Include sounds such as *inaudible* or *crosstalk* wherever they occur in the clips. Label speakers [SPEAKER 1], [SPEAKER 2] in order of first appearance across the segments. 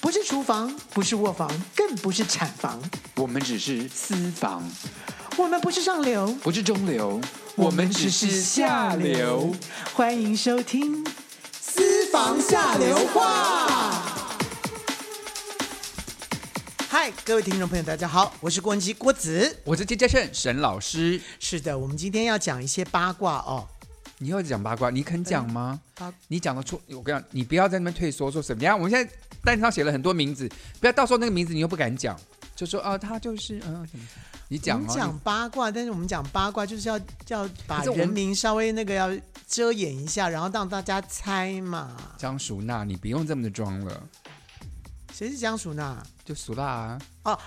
[SPEAKER 1] 不是厨房，不是卧房，更不是产房，
[SPEAKER 2] 我们只是私房，
[SPEAKER 1] 我们不是上流，
[SPEAKER 2] 不是中流，我们只是下流。。
[SPEAKER 1] 欢迎收听《私房下流话》。嗨，各位听众朋友，大家好，我是郭文基郭子。
[SPEAKER 2] 我是接家胜沈老师，
[SPEAKER 1] 是的，我们今天要讲一些八卦哦。
[SPEAKER 2] 你又讲八卦，你肯讲吗？
[SPEAKER 1] 八
[SPEAKER 2] 你讲得出？我跟你讲，你不要在那边退缩，说什么？你看我们现在单上写了很多名字，不要到时候那个名字你又不敢讲，就说啊，他就是嗯、什么你
[SPEAKER 1] 我
[SPEAKER 2] 讲
[SPEAKER 1] 们
[SPEAKER 2] 哦，
[SPEAKER 1] 讲八卦，但是我们讲八卦就是要要把
[SPEAKER 2] 可是我们
[SPEAKER 1] 人名稍微那个要遮掩一下，然后让大家猜嘛。
[SPEAKER 2] 江淑娜，你不用这么的装了，
[SPEAKER 1] 谁是江淑娜？
[SPEAKER 2] 就俗辣啊，
[SPEAKER 1] 哦，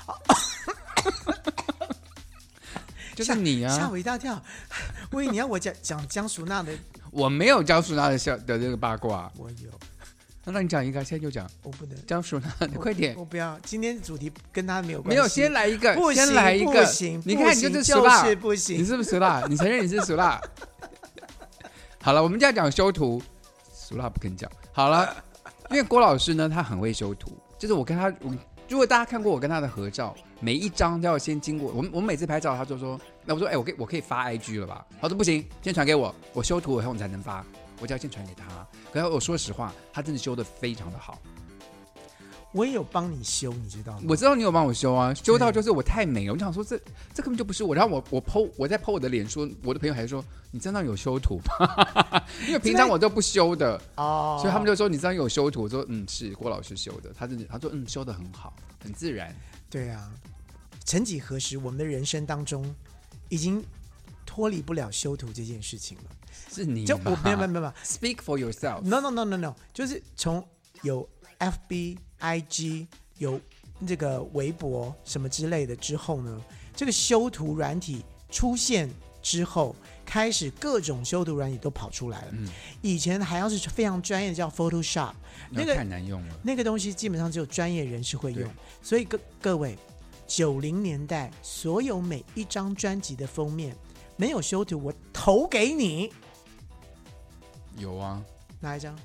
[SPEAKER 2] 就是你
[SPEAKER 1] 吓
[SPEAKER 2] 啊，
[SPEAKER 1] 我一大跳！ *laughs* 我以为你要我讲讲江淑娜的，
[SPEAKER 2] 我没有江淑娜的笑的这个八卦，
[SPEAKER 1] 我有，
[SPEAKER 2] 那那你讲一个，现在就讲
[SPEAKER 1] 我不能，
[SPEAKER 2] 江淑娜，你 *laughs* 快点，
[SPEAKER 1] 我不要。今天主题跟他没有关系，
[SPEAKER 2] 没有，先来一个，
[SPEAKER 1] 不行，
[SPEAKER 2] 先来一
[SPEAKER 1] 不
[SPEAKER 2] 个，
[SPEAKER 1] 行，
[SPEAKER 2] 你
[SPEAKER 1] 不
[SPEAKER 2] 看你
[SPEAKER 1] 行
[SPEAKER 2] 就是俗
[SPEAKER 1] 就
[SPEAKER 2] 辣，
[SPEAKER 1] 是不
[SPEAKER 2] 你
[SPEAKER 1] 行。
[SPEAKER 2] 是不是俗辣？你承认你是俗辣？好了，我们就要讲修图，俗辣不跟你讲。好了，因为郭老师呢，他很会修图，就是我跟他，我如果大家看过我跟他的合照，每一张都要先经过我们，我们每次拍照，他就说，那我说，哎、我可以我可以发 IG 了吧？他说不行，先传给我，我修图以后你才能发，我就要先传给他。可是我说实话，他真的修的非常的好，
[SPEAKER 1] 我也有帮你修，你知道吗？
[SPEAKER 2] 我知道你有帮我修啊，修到就是我太美了，我就想说这这根本就不是我。然后我我 PO 我在 PO 我的脸说，我的朋友还说你真的有修图吗？ *laughs* 因为平常我都不修的，
[SPEAKER 1] 哦，
[SPEAKER 2] 所以他们就说你真的有修图。我说嗯是郭老师修的，他真的他说嗯修的很好，很自然。
[SPEAKER 1] 对啊。曾几何时，我们的人生当中已经脱离不了修图这件事情了。
[SPEAKER 2] 是你
[SPEAKER 1] 就我 *laughs*
[SPEAKER 2] 吧
[SPEAKER 1] 没有没有没有没有
[SPEAKER 2] speak for yourself，
[SPEAKER 1] No no no no no，就是从有 FB、IG 有这个微博什么之类的之后呢，这个修图软体出现之后，开始各种修图软体都跑出来了。以前还要是非常专业的叫 Photoshop，那个
[SPEAKER 2] 太难用了。
[SPEAKER 1] 那个东西基本上只有专业人士会用
[SPEAKER 2] 对，
[SPEAKER 1] 所以各各位，九零年代所有每一张专辑的封面没有修图，我投给你
[SPEAKER 2] 有啊，
[SPEAKER 1] 哪一张？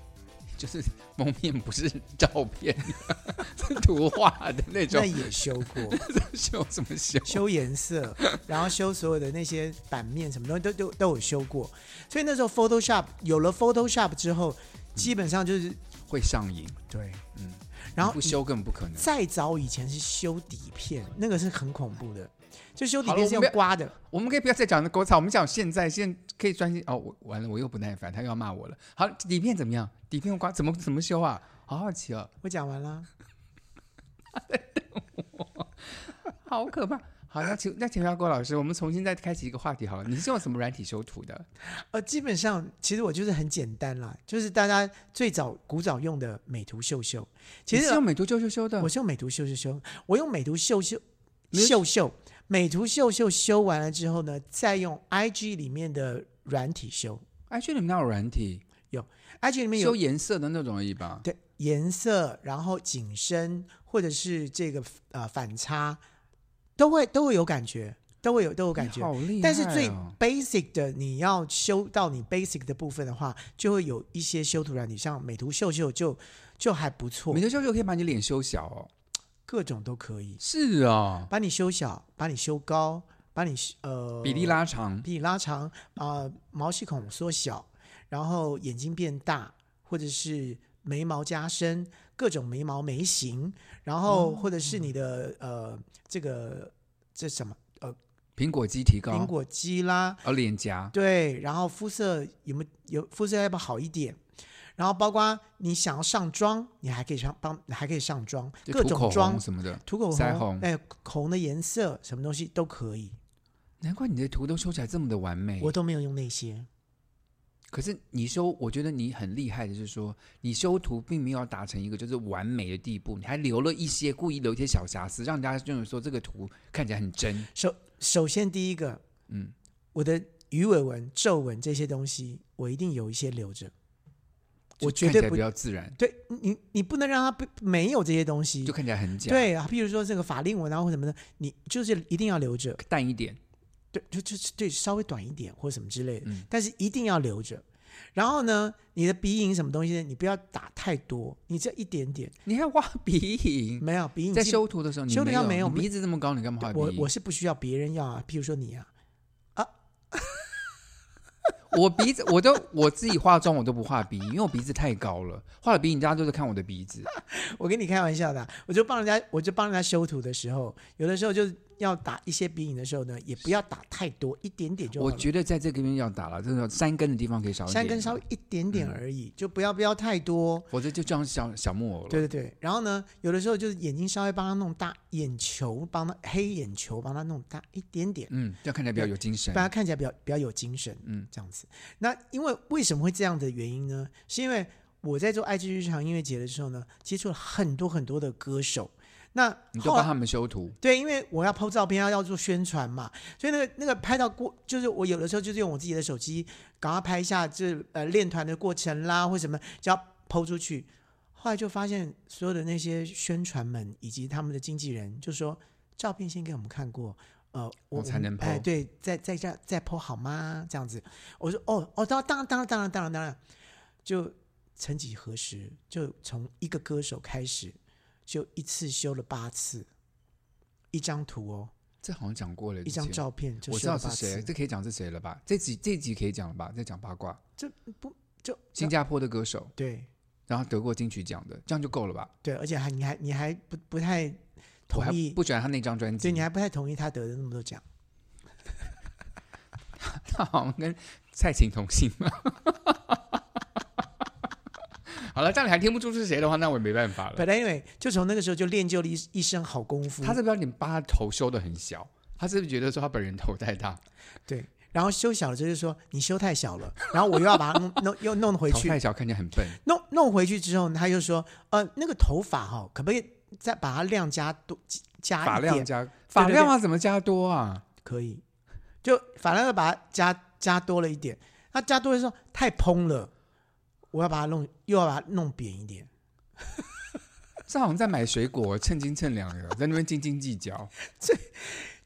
[SPEAKER 2] 就是封面不是照片， *laughs* 是图画的那
[SPEAKER 1] 那
[SPEAKER 2] 种，
[SPEAKER 1] 也修过。
[SPEAKER 2] *laughs* 修什么修？
[SPEAKER 1] 修颜色，
[SPEAKER 2] *laughs*
[SPEAKER 1] 然后修所有的那些版面什么东西都都都有修过，所以那时候 Photoshop 有了 Photoshop 之后，
[SPEAKER 2] 嗯
[SPEAKER 1] 基本上就是
[SPEAKER 2] 会上瘾，
[SPEAKER 1] 对，
[SPEAKER 2] 嗯，
[SPEAKER 1] 然后
[SPEAKER 2] 不修根本不可能。
[SPEAKER 1] 再早以前是修底片，那个是很恐怖的，就修底
[SPEAKER 2] 好了
[SPEAKER 1] 片是
[SPEAKER 2] 我
[SPEAKER 1] 用
[SPEAKER 2] 们不
[SPEAKER 1] 刮的，
[SPEAKER 2] 我们可以不要再讲那狗草，我们讲现在，现在可以专心哦。我完了，我又不耐烦，他又要骂我了。好，底片怎么样？底片刮怎么怎么
[SPEAKER 1] *laughs*
[SPEAKER 2] 修啊？好好奇哦，
[SPEAKER 1] 我讲完了，
[SPEAKER 2] 好可怕。好，那请那请问一下郭老师，我们重新再开启一个话题好了。你是用什么软体修图的？
[SPEAKER 1] 呃，基本上其实我就是很简单啦，就是大家最早古早用的美图秀秀，其
[SPEAKER 2] 你
[SPEAKER 1] 实
[SPEAKER 2] 是用美图秀秀修的
[SPEAKER 1] 我。是用美图秀秀修，我用美图秀秀
[SPEAKER 2] 嗯你是
[SPEAKER 1] 秀秀，美图秀秀修完了之后呢，再用 IG 里面的软体修
[SPEAKER 2] IG 里面哪有软体？
[SPEAKER 1] ，IG 里面
[SPEAKER 2] 修
[SPEAKER 1] 有
[SPEAKER 2] 颜色的那种而已吧。
[SPEAKER 1] 对颜色，然后景深或者是这个呃反差，都会都会有感觉，都会有都有感
[SPEAKER 2] 你
[SPEAKER 1] 觉。
[SPEAKER 2] 好厉害、哦！
[SPEAKER 1] 但是最 basic 的，你要修到你 basic 的部分的话，就会有一些修图软体，像美图秀秀就就还不错
[SPEAKER 2] 美，图秀秀可以把你脸修小哦。
[SPEAKER 1] 各种都可以。
[SPEAKER 2] 是哦，
[SPEAKER 1] 把你修小，把你修高，把你呃
[SPEAKER 2] 比例拉长。
[SPEAKER 1] 比例拉长，啊，毛细孔缩小，然后眼睛变大，或者是眉毛加深，各种眉毛眉形，然后
[SPEAKER 2] 哦
[SPEAKER 1] 或者是你的、呃这个这什么
[SPEAKER 2] 苹果肌提高。
[SPEAKER 1] 苹果肌啦，
[SPEAKER 2] 哦，脸颊。
[SPEAKER 1] 对，然后肤色有没有有肤色要不要好一点？然后包括你想要上妆，你还可以上帮还可以上妆，
[SPEAKER 2] 就
[SPEAKER 1] 各
[SPEAKER 2] 涂
[SPEAKER 1] 种
[SPEAKER 2] 口
[SPEAKER 1] 妆
[SPEAKER 2] 红，什么的，
[SPEAKER 1] 涂口红，
[SPEAKER 2] 腮红
[SPEAKER 1] 哎，口红的颜色什么东西都可以。
[SPEAKER 2] 难怪你的图都修起来这么的完美。
[SPEAKER 1] 我都没有用那些，
[SPEAKER 2] 可是你修，我觉得你很厉害的是说，你修图并没有达成一个就是完美的地步，你还留了一些故意留一些小瑕疵，让人家认为说这个图看起来很真。
[SPEAKER 1] 首首先第一个，
[SPEAKER 2] 嗯，
[SPEAKER 1] 我的鱼尾纹、皱纹这些东西，我一定有一些留着。我
[SPEAKER 2] 就
[SPEAKER 1] 绝
[SPEAKER 2] 看起
[SPEAKER 1] 对
[SPEAKER 2] 来
[SPEAKER 1] 不
[SPEAKER 2] 比较自然，
[SPEAKER 1] 对你，你不能让它不没有这些东西
[SPEAKER 2] 就。看起来很假，，
[SPEAKER 1] 对啊，譬如说这个法令纹啊或什么的，你就是一定要留着。
[SPEAKER 2] 淡一点。
[SPEAKER 1] 对，就就对，稍微短一点或什么之类的，
[SPEAKER 2] 嗯
[SPEAKER 1] 但是一定要留着。然后呢，你的鼻影什么东西呢？你不要打太多，你这一点点
[SPEAKER 2] 你还挖鼻
[SPEAKER 1] *laughs*
[SPEAKER 2] 影，
[SPEAKER 1] 没有鼻影
[SPEAKER 2] 嗯在
[SPEAKER 1] 基
[SPEAKER 2] 修图的时候你
[SPEAKER 1] 修图上没有
[SPEAKER 2] 你鼻子这么高，你干嘛画鼻
[SPEAKER 1] 我
[SPEAKER 2] 影？
[SPEAKER 1] 我是不需要别人要啊，譬如说你啊，
[SPEAKER 2] *laughs* 我鼻子我都我自己化妆我都不画鼻影，因为我鼻子太高了，画了鼻影大家都是看我的鼻子。
[SPEAKER 1] 我跟你开玩笑的啊，我就帮人家，我就帮人家修图的时候，有的时候就是要打一些鼻影的时候呢，也不要打太多，一点点就好
[SPEAKER 2] 我
[SPEAKER 1] 了。
[SPEAKER 2] 觉得在这个边要打了，这种三根的地方可以少一点，
[SPEAKER 1] 三根稍微，一点
[SPEAKER 2] 嗯
[SPEAKER 1] 点而已，就不要不要太多。
[SPEAKER 2] 否则就这样小小木偶了。
[SPEAKER 1] 对对对，然后呢，有的时候就是眼睛稍微帮他弄大，眼球帮他黑眼球帮他弄大一点点，
[SPEAKER 2] 嗯，这样看起来比较有精神
[SPEAKER 1] 大。家看起来比较比较有精神，嗯
[SPEAKER 2] 嗯，
[SPEAKER 1] 这样子。那因为为什么会这样的原因呢？是因为我在做爱之日常音乐节的时候呢，接触了很多很多的歌手。那
[SPEAKER 2] 你都
[SPEAKER 1] 后
[SPEAKER 2] 帮
[SPEAKER 1] 来
[SPEAKER 2] 他们修图，
[SPEAKER 1] 对，因为我要 PO 照片，要要做宣传嘛，所以那个那个拍到过，就是我有的时候就是用我自己的手机，赶快拍一下这呃练团的过程啦，或什么，只要 PO 出去。后来就发现所有的那些宣传们以及他们的经纪人就说，照片先给我们看过，呃，我
[SPEAKER 2] 我才能
[SPEAKER 1] 我们哎，
[SPEAKER 2] po
[SPEAKER 1] 对，再再这样再 PO 好吗？这样子，我说哦哦，当当然当然当然当然当然，就曾几何时，就从一个歌手开始，就一次修了八次。一张图哦，
[SPEAKER 2] 这好像讲过了。
[SPEAKER 1] 一张
[SPEAKER 2] 之前，
[SPEAKER 1] 照片就
[SPEAKER 2] 我知
[SPEAKER 1] 修了
[SPEAKER 2] 道
[SPEAKER 1] 八
[SPEAKER 2] 是谁，
[SPEAKER 1] 次，
[SPEAKER 2] 这可以讲是谁了吧？这集这集可以讲了吧？在讲八卦，
[SPEAKER 1] 这不就
[SPEAKER 2] 新加坡的歌手，
[SPEAKER 1] 对
[SPEAKER 2] 然后得过金曲奖的，这样就够了吧？
[SPEAKER 1] 对，而且还你还你还不不太
[SPEAKER 2] 我还
[SPEAKER 1] 同意，
[SPEAKER 2] 不喜欢他那张专
[SPEAKER 1] 对，
[SPEAKER 2] 辑 *laughs*
[SPEAKER 1] 你，还不太同意他得的那么多奖，
[SPEAKER 2] 他好像跟蔡琴同姓 *laughs* 嘛。好了，这样你还听不出是谁的话，那我也没办法了。
[SPEAKER 1] 本来因为就从那个时候就练就了一一身好功夫，
[SPEAKER 2] 呃他是不是要你把他头修的很小？他是不是觉得说他本人头太大，
[SPEAKER 1] 对，然后修小了就是说你修太小了，然后我又要把它弄弄又弄回
[SPEAKER 2] 头
[SPEAKER 1] 去，
[SPEAKER 2] 太小看起来很笨？
[SPEAKER 1] 弄弄回去之后呢，他就说呃那个头发哈、哦，可不可以再把它量加多加
[SPEAKER 2] 发
[SPEAKER 1] 一
[SPEAKER 2] 量
[SPEAKER 1] 点？
[SPEAKER 2] 加发量啊，怎么加多啊？
[SPEAKER 1] 可以，就反正把它加加多了一点。它加多的时候太蓬了，我要把它弄，又要把它弄扁一点。
[SPEAKER 2] 这好像在买水果，称斤称两的，在那边斤斤计较。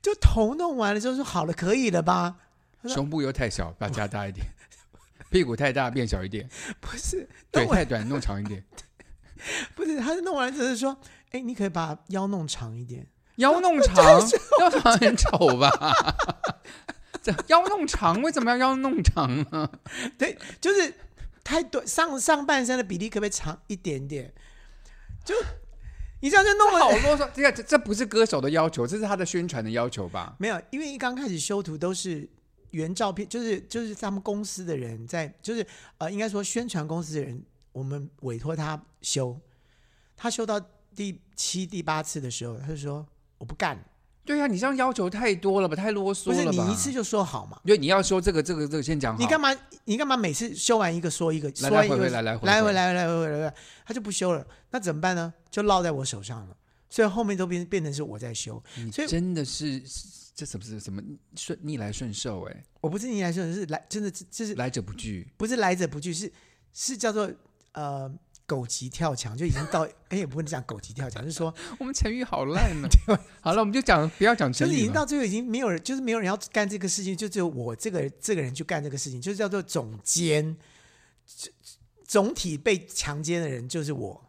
[SPEAKER 1] 就头弄完了之后说好了，可以了吧？ *laughs*
[SPEAKER 2] 胸部又太小，把它加大一点； *laughs* 屁股太大，变小一点；
[SPEAKER 1] 不是，
[SPEAKER 2] 腿
[SPEAKER 1] 弄完
[SPEAKER 2] 太短，弄长一点。
[SPEAKER 1] 不是，他弄完了只是说，哎，你可以把腰弄长一点。
[SPEAKER 2] 腰弄长，腰长很
[SPEAKER 1] *laughs*
[SPEAKER 2] 丑吧？这腰弄长，为什么要腰弄长呢？
[SPEAKER 1] 对，就是太短，上上半身的比例可不可以长一点点？就你这样就弄了
[SPEAKER 2] 好啰嗦，这个这这不是歌手的要求，这是他的宣传的要求吧？
[SPEAKER 1] 没有，因为一刚开始修图都是原照片，就是就是他们公司的人在，就是呃，应该说宣传公司的人，我们委托他修，他修到第七、第八次的时候，他就说我不干，
[SPEAKER 2] 对啊呀、你这样要求太多了吧？太啰嗦
[SPEAKER 1] 不是
[SPEAKER 2] 了吧？
[SPEAKER 1] 你一次就说好嘛，
[SPEAKER 2] 对，你要说这个这个这个先讲好。
[SPEAKER 1] 你干嘛你干嘛每次修完一个说一个，说
[SPEAKER 2] 来
[SPEAKER 1] 完
[SPEAKER 2] 来
[SPEAKER 1] 一
[SPEAKER 2] 回
[SPEAKER 1] 个
[SPEAKER 2] 回来来回
[SPEAKER 1] 来回
[SPEAKER 2] 回
[SPEAKER 1] 来回来回来回，他就不修了，那怎么办呢？就落在我手上了，所以后面都变变成是我在修，
[SPEAKER 2] 你
[SPEAKER 1] 所以
[SPEAKER 2] 真的是是这什么是什么顺逆来顺受哎、
[SPEAKER 1] 我不是你来说是来真的就是
[SPEAKER 2] *laughs* 来者不拒。
[SPEAKER 1] 不是来者不拒，是是叫做呃狗急跳墙，就已经到 *laughs* 哎，也不能讲狗急跳墙，就是说
[SPEAKER 2] 我们成语好烂呢、啊 *laughs* 好了，我们就讲不要讲
[SPEAKER 1] 就
[SPEAKER 2] 成
[SPEAKER 1] 是已
[SPEAKER 2] 语
[SPEAKER 1] 经
[SPEAKER 2] 了。
[SPEAKER 1] 到最后已经没有人，就是没有人要干这个事情，就只有我这个这个人去干这个事情，就是叫做总监，总总体被强奸的人就是我。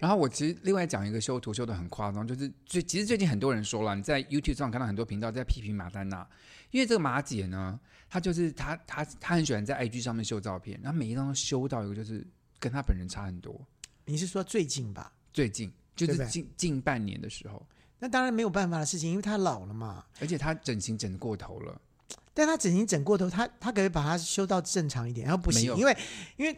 [SPEAKER 2] 然后我其实另外讲一个修图修的很夸张，就是最其实最近很多人说了，你在 YouTube 上看到很多频道在批评马丹娜，因为这个马姐呢，她就是她她她很喜欢在 IG 上面秀照片，然后每一张都修到一个就是跟她本人差很多。
[SPEAKER 1] 你是说最近吧？
[SPEAKER 2] 最近就
[SPEAKER 1] 对不
[SPEAKER 2] 是
[SPEAKER 1] 对
[SPEAKER 2] 近近半年的时候，
[SPEAKER 1] 那当然没有办法的事情，因为他老了嘛。
[SPEAKER 2] 而且她整形整过头了。
[SPEAKER 1] 但他整形整过头，他他可以把它修到正常一点，然后不
[SPEAKER 2] 没
[SPEAKER 1] 行，
[SPEAKER 2] 有
[SPEAKER 1] 因为因为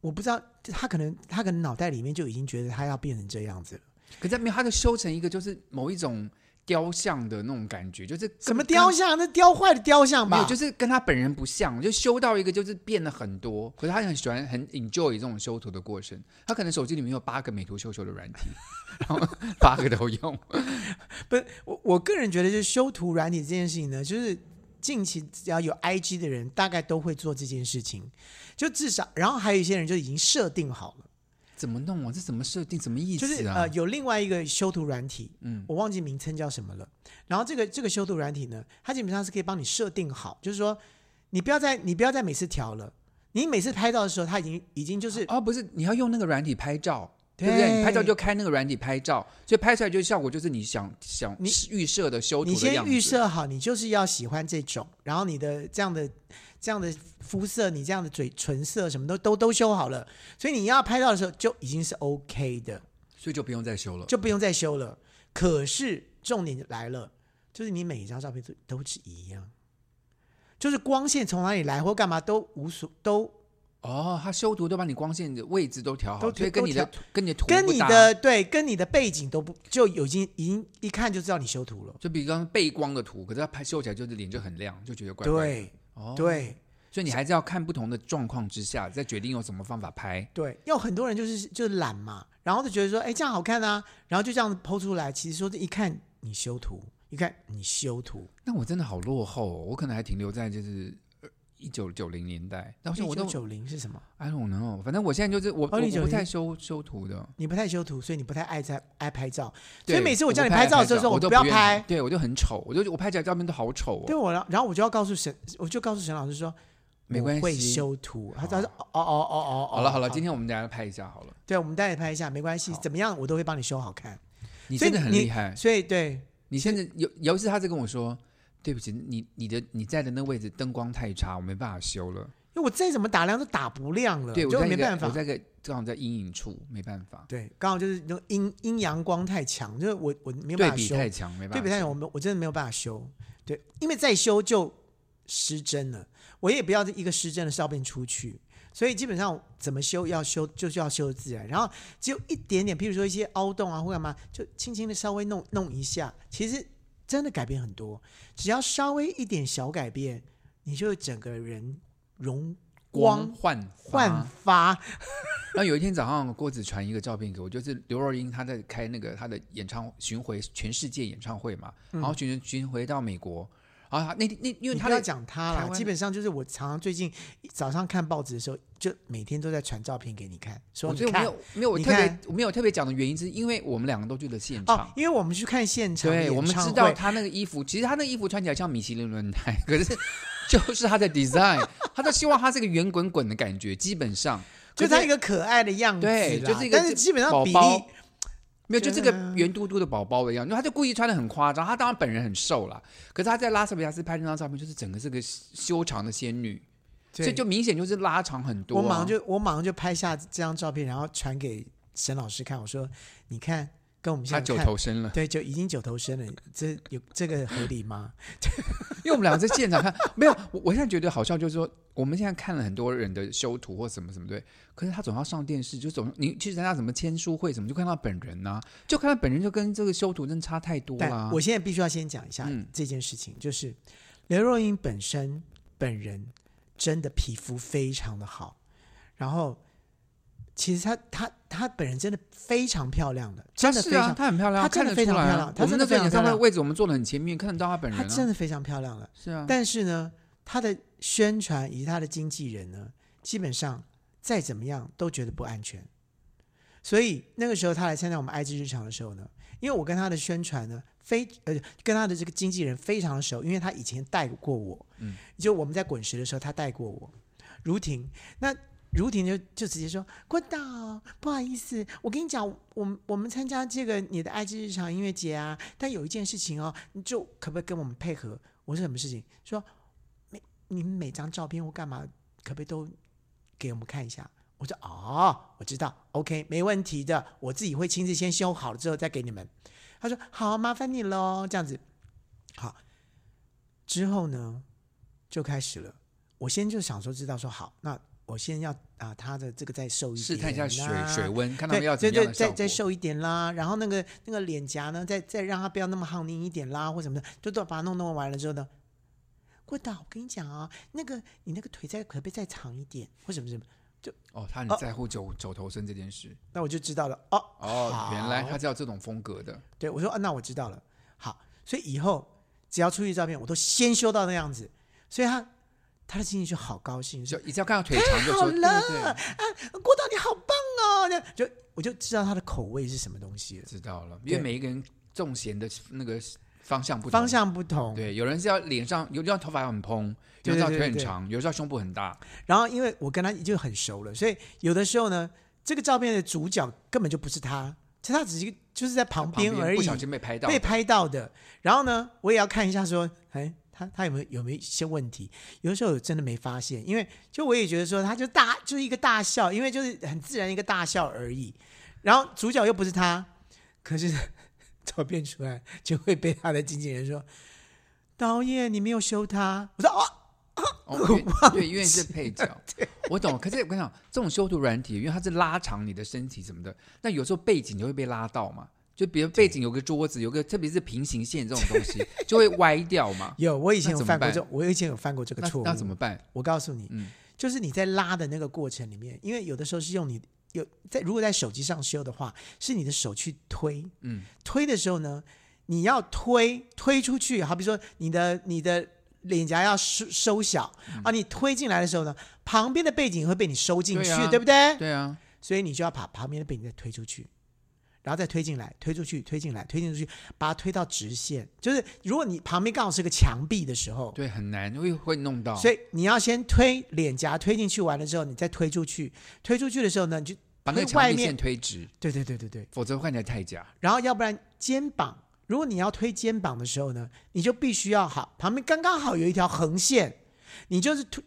[SPEAKER 1] 我不知道他可能他可能脑袋里面就已经觉得他要变成这样子了。
[SPEAKER 2] 可是没有，他就修成一个就是某一种雕像的那种感觉，就是
[SPEAKER 1] 什么雕像？那雕坏的雕像
[SPEAKER 2] 没
[SPEAKER 1] 吧？
[SPEAKER 2] 有，就是跟他本人不像，就修到一个就是变了很多。可是他很喜欢很 enjoy 这种修图的过程，他可能手机里面有八个美图秀秀的软体， *laughs* 然后八个都用。
[SPEAKER 1] 不是我我个人觉得，就是修图软体这件事情呢，就是近期只要有 IG 的人，大概都会做这件事情。就至少，然后还有一些人就已经设定好了，
[SPEAKER 2] 怎么弄啊？这怎么设定？什么意思
[SPEAKER 1] 就
[SPEAKER 2] 啊？
[SPEAKER 1] 是呃有另外一个修图软体，
[SPEAKER 2] 嗯，
[SPEAKER 1] 我忘记名称叫什么了。然后这个这个修图软体呢，它基本上是可以帮你设定好，就是说你不要再你不要再每次调了，你每次拍照的时候，它已经已经就是
[SPEAKER 2] 哦，不是，你要用那个软体拍照，对不对？
[SPEAKER 1] 对
[SPEAKER 2] 你拍照就开那个软体拍照，所以拍出来就效果就是你想想
[SPEAKER 1] 你
[SPEAKER 2] 预设的修图
[SPEAKER 1] 你
[SPEAKER 2] 的
[SPEAKER 1] 先
[SPEAKER 2] 样
[SPEAKER 1] 预
[SPEAKER 2] 子。
[SPEAKER 1] 设好，你就是要喜欢这种，然后你的这样的这样的肤色，你这样的嘴唇色什么都都都修好了，所以你要拍照的时候就已经是 OK 的，
[SPEAKER 2] 所以就不用再修了。
[SPEAKER 1] 就不用再修了。可是重点来了，就是你每一张照片都都是一样，就是光线从哪里来或干嘛都无所都
[SPEAKER 2] 哦，它修图都把你光线的位置都调好，
[SPEAKER 1] 都
[SPEAKER 2] 所以跟你的跟你的图
[SPEAKER 1] 跟
[SPEAKER 2] 不
[SPEAKER 1] 你
[SPEAKER 2] 搭
[SPEAKER 1] 的对跟你的背景都不就已经已经一看就知道你修图了。
[SPEAKER 2] 就比方背光的图，可是它拍修起来就是脸就很亮，就觉得怪怪的。
[SPEAKER 1] 对
[SPEAKER 2] 哦，
[SPEAKER 1] 对
[SPEAKER 2] 所以你还是要看不同的状况之下，再决定用什么方法拍。
[SPEAKER 1] 对，有很多人就是就是懒嘛，然后就觉得说，哎，这样好看啊，然后就这样剖出来。其实说这一看你修图，一看你修图，
[SPEAKER 2] 那我真的好落后、哦，我可能还停留在就是一九九零年代，但哦是我
[SPEAKER 1] 一
[SPEAKER 2] 都
[SPEAKER 1] 九九零是什么？
[SPEAKER 2] I don't know，反正我现在就是我、我我
[SPEAKER 1] 1990
[SPEAKER 2] 不太修修图的，
[SPEAKER 1] 你不太修图，所以你不太爱在爱拍照。所
[SPEAKER 2] 对
[SPEAKER 1] 以每次我
[SPEAKER 2] 我
[SPEAKER 1] 叫你
[SPEAKER 2] 不
[SPEAKER 1] 拍
[SPEAKER 2] 太爱
[SPEAKER 1] 照的
[SPEAKER 2] 拍
[SPEAKER 1] 时候说
[SPEAKER 2] 我
[SPEAKER 1] 我
[SPEAKER 2] 都
[SPEAKER 1] 不要
[SPEAKER 2] 愿意
[SPEAKER 1] 拍
[SPEAKER 2] 对我就很丑，我就我拍起来照片都好丑、
[SPEAKER 1] 对
[SPEAKER 2] 哦。
[SPEAKER 1] 我，然然后我就要告诉沈，我就告诉沈老师说，
[SPEAKER 2] 没关系
[SPEAKER 1] 我会修图。他他说，哦哦哦哦哦，
[SPEAKER 2] 好了好了，今
[SPEAKER 1] 天
[SPEAKER 2] 天我们大家拍一下好了。
[SPEAKER 1] 对我们带你拍一下，没关系，怎么样我都会帮你修好看。
[SPEAKER 2] 你
[SPEAKER 1] 所以
[SPEAKER 2] 真的很
[SPEAKER 1] 你
[SPEAKER 2] 厉害，
[SPEAKER 1] 所以对，
[SPEAKER 2] 你现在有有一次他在跟我说，对不起，你你的你在的那位置灯光太差，我没办法修了。
[SPEAKER 1] 因为我再怎么打量都打不亮了，
[SPEAKER 2] 对，我
[SPEAKER 1] 呃就
[SPEAKER 2] 在一
[SPEAKER 1] 没
[SPEAKER 2] 个
[SPEAKER 1] 办法
[SPEAKER 2] 我。在一个正好在阴影处，没办法，
[SPEAKER 1] 对，刚好就是那种阴阴阳光太强，就是我我没有
[SPEAKER 2] 对
[SPEAKER 1] 办法
[SPEAKER 2] 比
[SPEAKER 1] 修，
[SPEAKER 2] 太强，没办法。
[SPEAKER 1] 对比太强，我们我真的没有办法修。对，因为再修就失真了，我也不要一个失真的照片出去，所以基本上怎么修要修就是要修自然，然后只有一点点，譬如说一些凹洞啊或干嘛，就轻轻的稍微弄弄一下，其实真的改变很多，只要稍微一点小改变，你就整个人容
[SPEAKER 2] 光
[SPEAKER 1] 光
[SPEAKER 2] 焕
[SPEAKER 1] 焕
[SPEAKER 2] 发。
[SPEAKER 1] 发。
[SPEAKER 2] 然后有一天早上，郭子传一个照片给我，就是刘若英她在开那个她的演唱巡回全世界演唱会嘛，然后巡巡回到美国，然后她那那因为
[SPEAKER 1] 嗯你
[SPEAKER 2] 她
[SPEAKER 1] 不要
[SPEAKER 2] 的
[SPEAKER 1] 讲他
[SPEAKER 2] 台
[SPEAKER 1] 啦，
[SPEAKER 2] 湾
[SPEAKER 1] 基本上就是我常常最近早上看报纸的时候，就每天都在传照片给你看，说
[SPEAKER 2] 我
[SPEAKER 1] 你
[SPEAKER 2] 哦所以我没
[SPEAKER 1] 看
[SPEAKER 2] 有没有我
[SPEAKER 1] 你
[SPEAKER 2] 特别
[SPEAKER 1] 看
[SPEAKER 2] 我没有特别讲的原因，是因为我们两个都去了现场。
[SPEAKER 1] 哦，因为我们去看现场演
[SPEAKER 2] 对，
[SPEAKER 1] 唱会，
[SPEAKER 2] 我们知道他那个衣服，其实他那个衣服穿起来像米其林轮胎，可
[SPEAKER 1] *laughs*
[SPEAKER 2] 是就是他的 design，他都希望他是个圆滚滚的感觉，基本上
[SPEAKER 1] 就
[SPEAKER 2] 可
[SPEAKER 1] 他
[SPEAKER 2] 是
[SPEAKER 1] 一个可爱的样子啦，
[SPEAKER 2] 对就是一个
[SPEAKER 1] 但是基本上
[SPEAKER 2] 宝
[SPEAKER 1] 比例
[SPEAKER 2] 宝没有就
[SPEAKER 1] 觉
[SPEAKER 2] 这
[SPEAKER 1] 得
[SPEAKER 2] 个圆嘟嘟的宝宝的样子，因为他就故意穿的很夸张，他当然本人很瘦啦，可是他在拉斯维加斯拍那张照片，就是整个是个修长的仙女，所以
[SPEAKER 1] 对
[SPEAKER 2] 就明显就是拉长很多、啊
[SPEAKER 1] 我马上就我马上就拍下这张照片，然后传给沈老师看，我说你看跟我们现
[SPEAKER 2] 他
[SPEAKER 1] 在
[SPEAKER 2] 九
[SPEAKER 1] 看。
[SPEAKER 2] 头身了，
[SPEAKER 1] 对，就已经九头身了，这有这个合理吗？
[SPEAKER 2] 因为我们两个在现场看，没有我我现在觉得好笑，就是说我们现在看了很多人的修图或什么什么对，可是他总要上电视，就总你去参加什么签书会什么，就看到本人呐、就看到本人就跟这个修图真差太多啦
[SPEAKER 1] 但。我现在必须要先讲一下
[SPEAKER 2] 啊嗯
[SPEAKER 1] 这件事情，就是刘若英本身本人真的皮肤非常的好，然后其实她她她本人真的非常漂亮的，真的非
[SPEAKER 2] 是啊
[SPEAKER 1] 常，
[SPEAKER 2] 她很漂亮，
[SPEAKER 1] 她真的
[SPEAKER 2] 看得出
[SPEAKER 1] 非
[SPEAKER 2] 来
[SPEAKER 1] 常漂
[SPEAKER 2] 啊
[SPEAKER 1] 亮。她
[SPEAKER 2] 我们
[SPEAKER 1] 真的
[SPEAKER 2] 那时
[SPEAKER 1] 非
[SPEAKER 2] 候
[SPEAKER 1] 常
[SPEAKER 2] 演
[SPEAKER 1] 漂
[SPEAKER 2] 唱
[SPEAKER 1] 亮
[SPEAKER 2] 会位置，我们坐的很前面，看得到她本人
[SPEAKER 1] 她
[SPEAKER 2] 啊。
[SPEAKER 1] 真的非常漂亮了。
[SPEAKER 2] 是啊，
[SPEAKER 1] 但是呢，她的宣传以及她的经纪人呢，基本上再怎么样都觉得不安全。所以那个时候她来参加我们 IG 日常的时候呢，因为我跟她的宣传呢非呃跟她的这个经纪人非常的熟，因为她以前带过我，
[SPEAKER 2] 嗯，
[SPEAKER 1] 就我们在滚石的时候她带过我，如婷那。如婷就就直接说：“郭导，不好意思，我跟你讲，我们我们参加这个你的 IG 日常音乐节啊，但有一件事情哦，你就可不可以跟我们配合？我说什么事情？说每你们每张照片或干嘛，可不可以都给我们看一下？我说哦，我知道，OK，没问题的，我自己会亲自先修好了之后再给你们。他说好，麻烦你喽，这样子。好，之后呢就开始了。我先就想说知道说好，那我先要啊、他的这个再瘦一点，
[SPEAKER 2] 试探一下水
[SPEAKER 1] 啊
[SPEAKER 2] 水温，看他
[SPEAKER 1] 对
[SPEAKER 2] 们要怎么
[SPEAKER 1] 对对，
[SPEAKER 2] 样的效
[SPEAKER 1] 再
[SPEAKER 2] 果。
[SPEAKER 1] 再瘦一点啦，然后那个那个脸颊呢，再再让它不要那么夯拧一点啦，或什么的，就都把它弄弄完了之后呢，郭导，我跟你讲啊，那个你那个腿再可不可以再长一点，或什么什么，
[SPEAKER 2] 哦，他很在乎九九头身这件事。
[SPEAKER 1] 那我就知道了哦。
[SPEAKER 2] 哦，
[SPEAKER 1] 好
[SPEAKER 2] 原来他是要这种风格的。
[SPEAKER 1] 对我说、啊，那我知道了。好，所以以后只要出去照片，我都先修到那样子，所以他他的心情就好高兴，说
[SPEAKER 2] 就一直要看到腿长就
[SPEAKER 1] 太
[SPEAKER 2] 说
[SPEAKER 1] 好
[SPEAKER 2] 对
[SPEAKER 1] 了
[SPEAKER 2] 对对，
[SPEAKER 1] 郭导你好棒哦，那就我就知道他的口味是什么东西了。
[SPEAKER 2] 知道了，因为
[SPEAKER 1] 对
[SPEAKER 2] 每一个人中弦的那个方向不同
[SPEAKER 1] 方向不同。
[SPEAKER 2] 对，有人是要脸上，有人要头发很蓬，有人要
[SPEAKER 1] 对对对
[SPEAKER 2] 腿很
[SPEAKER 1] 对对
[SPEAKER 2] 长，有人要胸部很大，
[SPEAKER 1] 然后因为我跟他已经很熟了，所以有的时候呢，这个照片的主角根本就不是他，其实他只是一个就是在旁边而已，哎
[SPEAKER 2] 不小心被拍到
[SPEAKER 1] 被。拍到的。然后呢，我也要看一下说，哎，他他有没有有没有一些问题？有的时候我真的没发现，因为就我也觉得说，他就大就是一个大笑，因为就是很自然一个大笑而已。然后主角又不是他，可是照片出来就会被他的经纪人说：“ *laughs* 导演，你没有修他。” *laughs* 我说：“哦，
[SPEAKER 2] 哦，因为因为因为是配角，
[SPEAKER 1] *laughs*
[SPEAKER 2] 我懂。可是我跟你讲，这种修图软体，因为它是拉长你的身体什么的，那有时候背景就会被拉到嘛。就比如背景有个桌子，有个特别是平行线这种东
[SPEAKER 1] *laughs*
[SPEAKER 2] 西，就会歪掉嘛。
[SPEAKER 1] 有我以前
[SPEAKER 2] 那
[SPEAKER 1] 有
[SPEAKER 2] 怎么
[SPEAKER 1] 犯过
[SPEAKER 2] 办
[SPEAKER 1] 这种，我以前有犯过这个
[SPEAKER 2] 那
[SPEAKER 1] 错误。
[SPEAKER 2] 那怎么办？
[SPEAKER 1] 我告诉你，
[SPEAKER 2] 嗯
[SPEAKER 1] 就是你在拉的那个过程里面，因为有的时候是用你有在如果在手机上修的话，是你的手去推，
[SPEAKER 2] 嗯，
[SPEAKER 1] 推的时候呢，你要推推出去，好比说你的你的脸颊要收收小、
[SPEAKER 2] 嗯
[SPEAKER 1] 啊，你推进来的时候呢，旁边的背景会被你收进去，
[SPEAKER 2] 对啊
[SPEAKER 1] 不对？
[SPEAKER 2] 对啊，
[SPEAKER 1] 所以你就要把旁边的背景再推出去，然后再推进来，推出去，推进来，推进出去，把它推到直线。就是如果你旁边刚好是个墙壁的时候，
[SPEAKER 2] 对，啊很难会会弄到，
[SPEAKER 1] 所以你要先推脸颊推进去完了之后，你再推出去，推出去的时候呢，你就
[SPEAKER 2] 把那个
[SPEAKER 1] 推
[SPEAKER 2] 墙
[SPEAKER 1] 外
[SPEAKER 2] 壁
[SPEAKER 1] 面
[SPEAKER 2] 线推直，
[SPEAKER 1] 对对对对对，
[SPEAKER 2] 否则看起来太假。
[SPEAKER 1] 然后要不然肩膀，如果你要推肩膀的时候呢，你就必须要好旁边刚刚好有一条横线，你就是推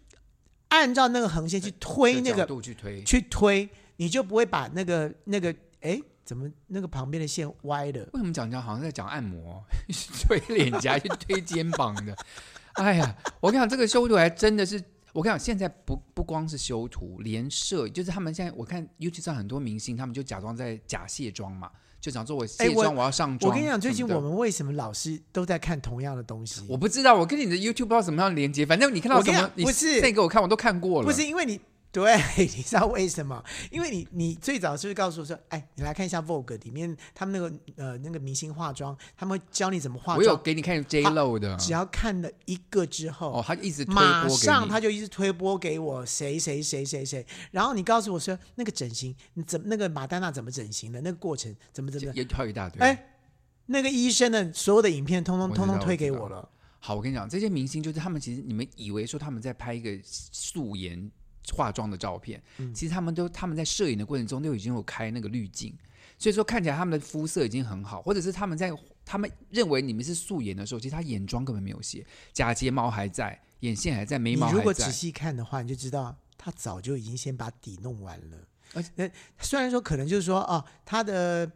[SPEAKER 1] 按照那个横线去推
[SPEAKER 2] 的
[SPEAKER 1] 那
[SPEAKER 2] 角
[SPEAKER 1] 个
[SPEAKER 2] 度去推，
[SPEAKER 1] 去推，你就不会把那个那个哎怎么那个旁边的线歪了。
[SPEAKER 2] 为什么讲讲好像在讲按摩， *laughs* 推脸颊去推肩膀的？ *laughs* 哎呀，我跟你讲，这个修图还真的是，我跟你讲，现在不不光是修图，连摄就是他们现在我看 YouTube 上很多明星，他们就假装在假卸妆嘛，就想说我卸
[SPEAKER 1] 哎我
[SPEAKER 2] 妆，我要上妆。
[SPEAKER 1] 我跟你讲，最近
[SPEAKER 2] 什么
[SPEAKER 1] 我
[SPEAKER 2] 的
[SPEAKER 1] 们为什么老是都在看同样的东西？
[SPEAKER 2] 我不知道，我跟你的 YouTube 不知道怎么样连接，反正你看到
[SPEAKER 1] 我
[SPEAKER 2] 什
[SPEAKER 1] 跟你
[SPEAKER 2] 么，
[SPEAKER 1] 讲
[SPEAKER 2] 你
[SPEAKER 1] 不是
[SPEAKER 2] 那给我看，我都看过了。
[SPEAKER 1] 不是因为你 *laughs* 对，你知道为什么？因为你你最早是不是告诉我说，哎，你来看一下 Vogue 里面他们那个呃那个明星化妆，他们会教你怎么化
[SPEAKER 2] 我有
[SPEAKER 1] 妆，
[SPEAKER 2] 给你看 J Lo 的，
[SPEAKER 1] 只要看了一个之后。
[SPEAKER 2] 哦，他一直推
[SPEAKER 1] 马
[SPEAKER 2] 播
[SPEAKER 1] 上
[SPEAKER 2] 给
[SPEAKER 1] 他
[SPEAKER 2] 你。
[SPEAKER 1] 就一直推播给我谁谁谁谁谁，然后你告诉我说那个整形，你怎么那个马丹娜怎么整形的，那个过程怎么怎么的，
[SPEAKER 2] 也跳一大堆。
[SPEAKER 1] 哎，那个医生的所有的影片通通
[SPEAKER 2] 我知道
[SPEAKER 1] 通通推给
[SPEAKER 2] 我知道
[SPEAKER 1] 我了，
[SPEAKER 2] 好，我跟你讲，这些明星就是他们，其实你们以为说他们在拍一个素颜化妆的照片，其实他们都他们在摄影的过程中都已经有开那个滤镜，所以说看起来他们的肤色已经很好，或者是他们在他们认为你们是素颜的时候，其实他眼妆根本没有卸，假睫毛还在，眼线还在，眉
[SPEAKER 1] 你
[SPEAKER 2] 毛
[SPEAKER 1] 如果
[SPEAKER 2] 还
[SPEAKER 1] 仔
[SPEAKER 2] 在，
[SPEAKER 1] 细看的话，你就知道他早就已经先把底弄完了。
[SPEAKER 2] 而
[SPEAKER 1] 而
[SPEAKER 2] 且
[SPEAKER 1] 且，虽然说可能就是说哦，他的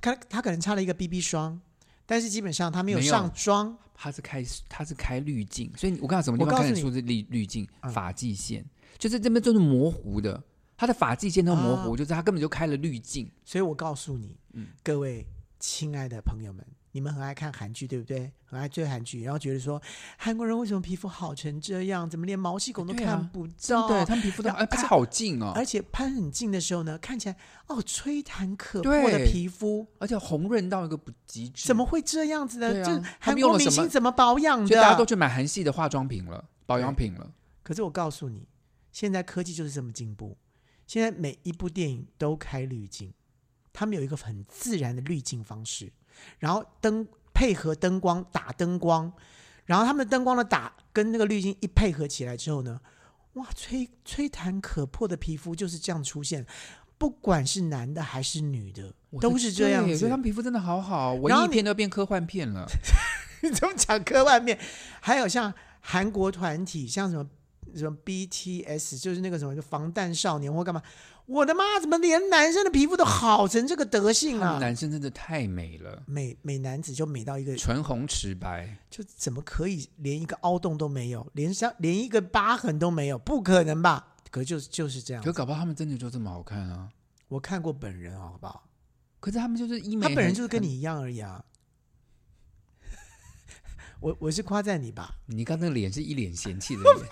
[SPEAKER 1] 他他可能擦了一个 BB 霜，但是基本上他没有
[SPEAKER 2] 没有
[SPEAKER 1] 上妆。
[SPEAKER 2] 他是开他是开滤镜，所以我刚才什么地
[SPEAKER 1] 我
[SPEAKER 2] 方
[SPEAKER 1] 告
[SPEAKER 2] 看得
[SPEAKER 1] 诉
[SPEAKER 2] 出是滤滤镜
[SPEAKER 1] 嗯
[SPEAKER 2] 发际线，就是这边就是模糊的，他的发际线都模糊，
[SPEAKER 1] 啊
[SPEAKER 2] 就是他根本就开了滤镜。
[SPEAKER 1] 所以我告诉你，
[SPEAKER 2] 嗯
[SPEAKER 1] 各位亲爱的朋友们，你们很爱看韩剧，对不对？很爱追韩剧，然后觉得说韩国人为什么皮肤好成这样，怎么连毛细孔都
[SPEAKER 2] 对啊
[SPEAKER 1] 看不
[SPEAKER 2] 真
[SPEAKER 1] 到？
[SPEAKER 2] 的，他们皮肤都
[SPEAKER 1] 然后
[SPEAKER 2] 哎，
[SPEAKER 1] 而
[SPEAKER 2] 而且
[SPEAKER 1] 且
[SPEAKER 2] 好近哦，
[SPEAKER 1] 而且攀很近的时候呢，看起来哦吹弹可破
[SPEAKER 2] 对
[SPEAKER 1] 的皮肤，
[SPEAKER 2] 而且红润到一个不极致，
[SPEAKER 1] 怎么会这样子呢？
[SPEAKER 2] 对啊
[SPEAKER 1] 这
[SPEAKER 2] 他
[SPEAKER 1] 韩
[SPEAKER 2] 们用
[SPEAKER 1] 国
[SPEAKER 2] 了什
[SPEAKER 1] 明
[SPEAKER 2] 么
[SPEAKER 1] 星怎么保养的？啊
[SPEAKER 2] 所以大家都去买韩系的化妆品了、保养品了。
[SPEAKER 1] 可是我告诉你，现在科技就是这么进步，现在每一部电影都开滤镜，他们有一个很自然的滤镜方式，然后灯配合灯光打灯光，然后他们的灯光的打跟那个滤镜一配合起来之后呢，哇，吹吹弹可破的皮肤就是这样出现，不管是男的还是女的，都是这样
[SPEAKER 2] 对所以他
[SPEAKER 1] 子。
[SPEAKER 2] 们皮肤真的好好，文
[SPEAKER 1] 然后
[SPEAKER 2] 艺
[SPEAKER 1] 你
[SPEAKER 2] 片都变科幻
[SPEAKER 1] *laughs*
[SPEAKER 2] 片了。
[SPEAKER 1] 你怎么讲科幻面？还有像韩国团体，像什么什么 BTS，就是那个什么防弹少年或干嘛，我的妈，怎么连男生的皮肤都好成这个德性
[SPEAKER 2] 他们
[SPEAKER 1] 啊？
[SPEAKER 2] 男生真的太美了，
[SPEAKER 1] 美美男子就美到一个，
[SPEAKER 2] 唇红齿白，
[SPEAKER 1] 就怎么可以连一个凹洞都没有，连像连一个疤痕都没有，不可能吧？可就是就是这样
[SPEAKER 2] 可，搞不好他们真的就这么好看啊。
[SPEAKER 1] 我看过本人，好不好？
[SPEAKER 2] 可是他们就是医美
[SPEAKER 1] 他
[SPEAKER 2] 很，
[SPEAKER 1] 本人就是跟
[SPEAKER 2] 很，
[SPEAKER 1] 你一样而已啊。 *laughs* 我我是夸赞你吧，
[SPEAKER 2] 你刚那个脸是一脸嫌弃的
[SPEAKER 1] *laughs*
[SPEAKER 2] 脸，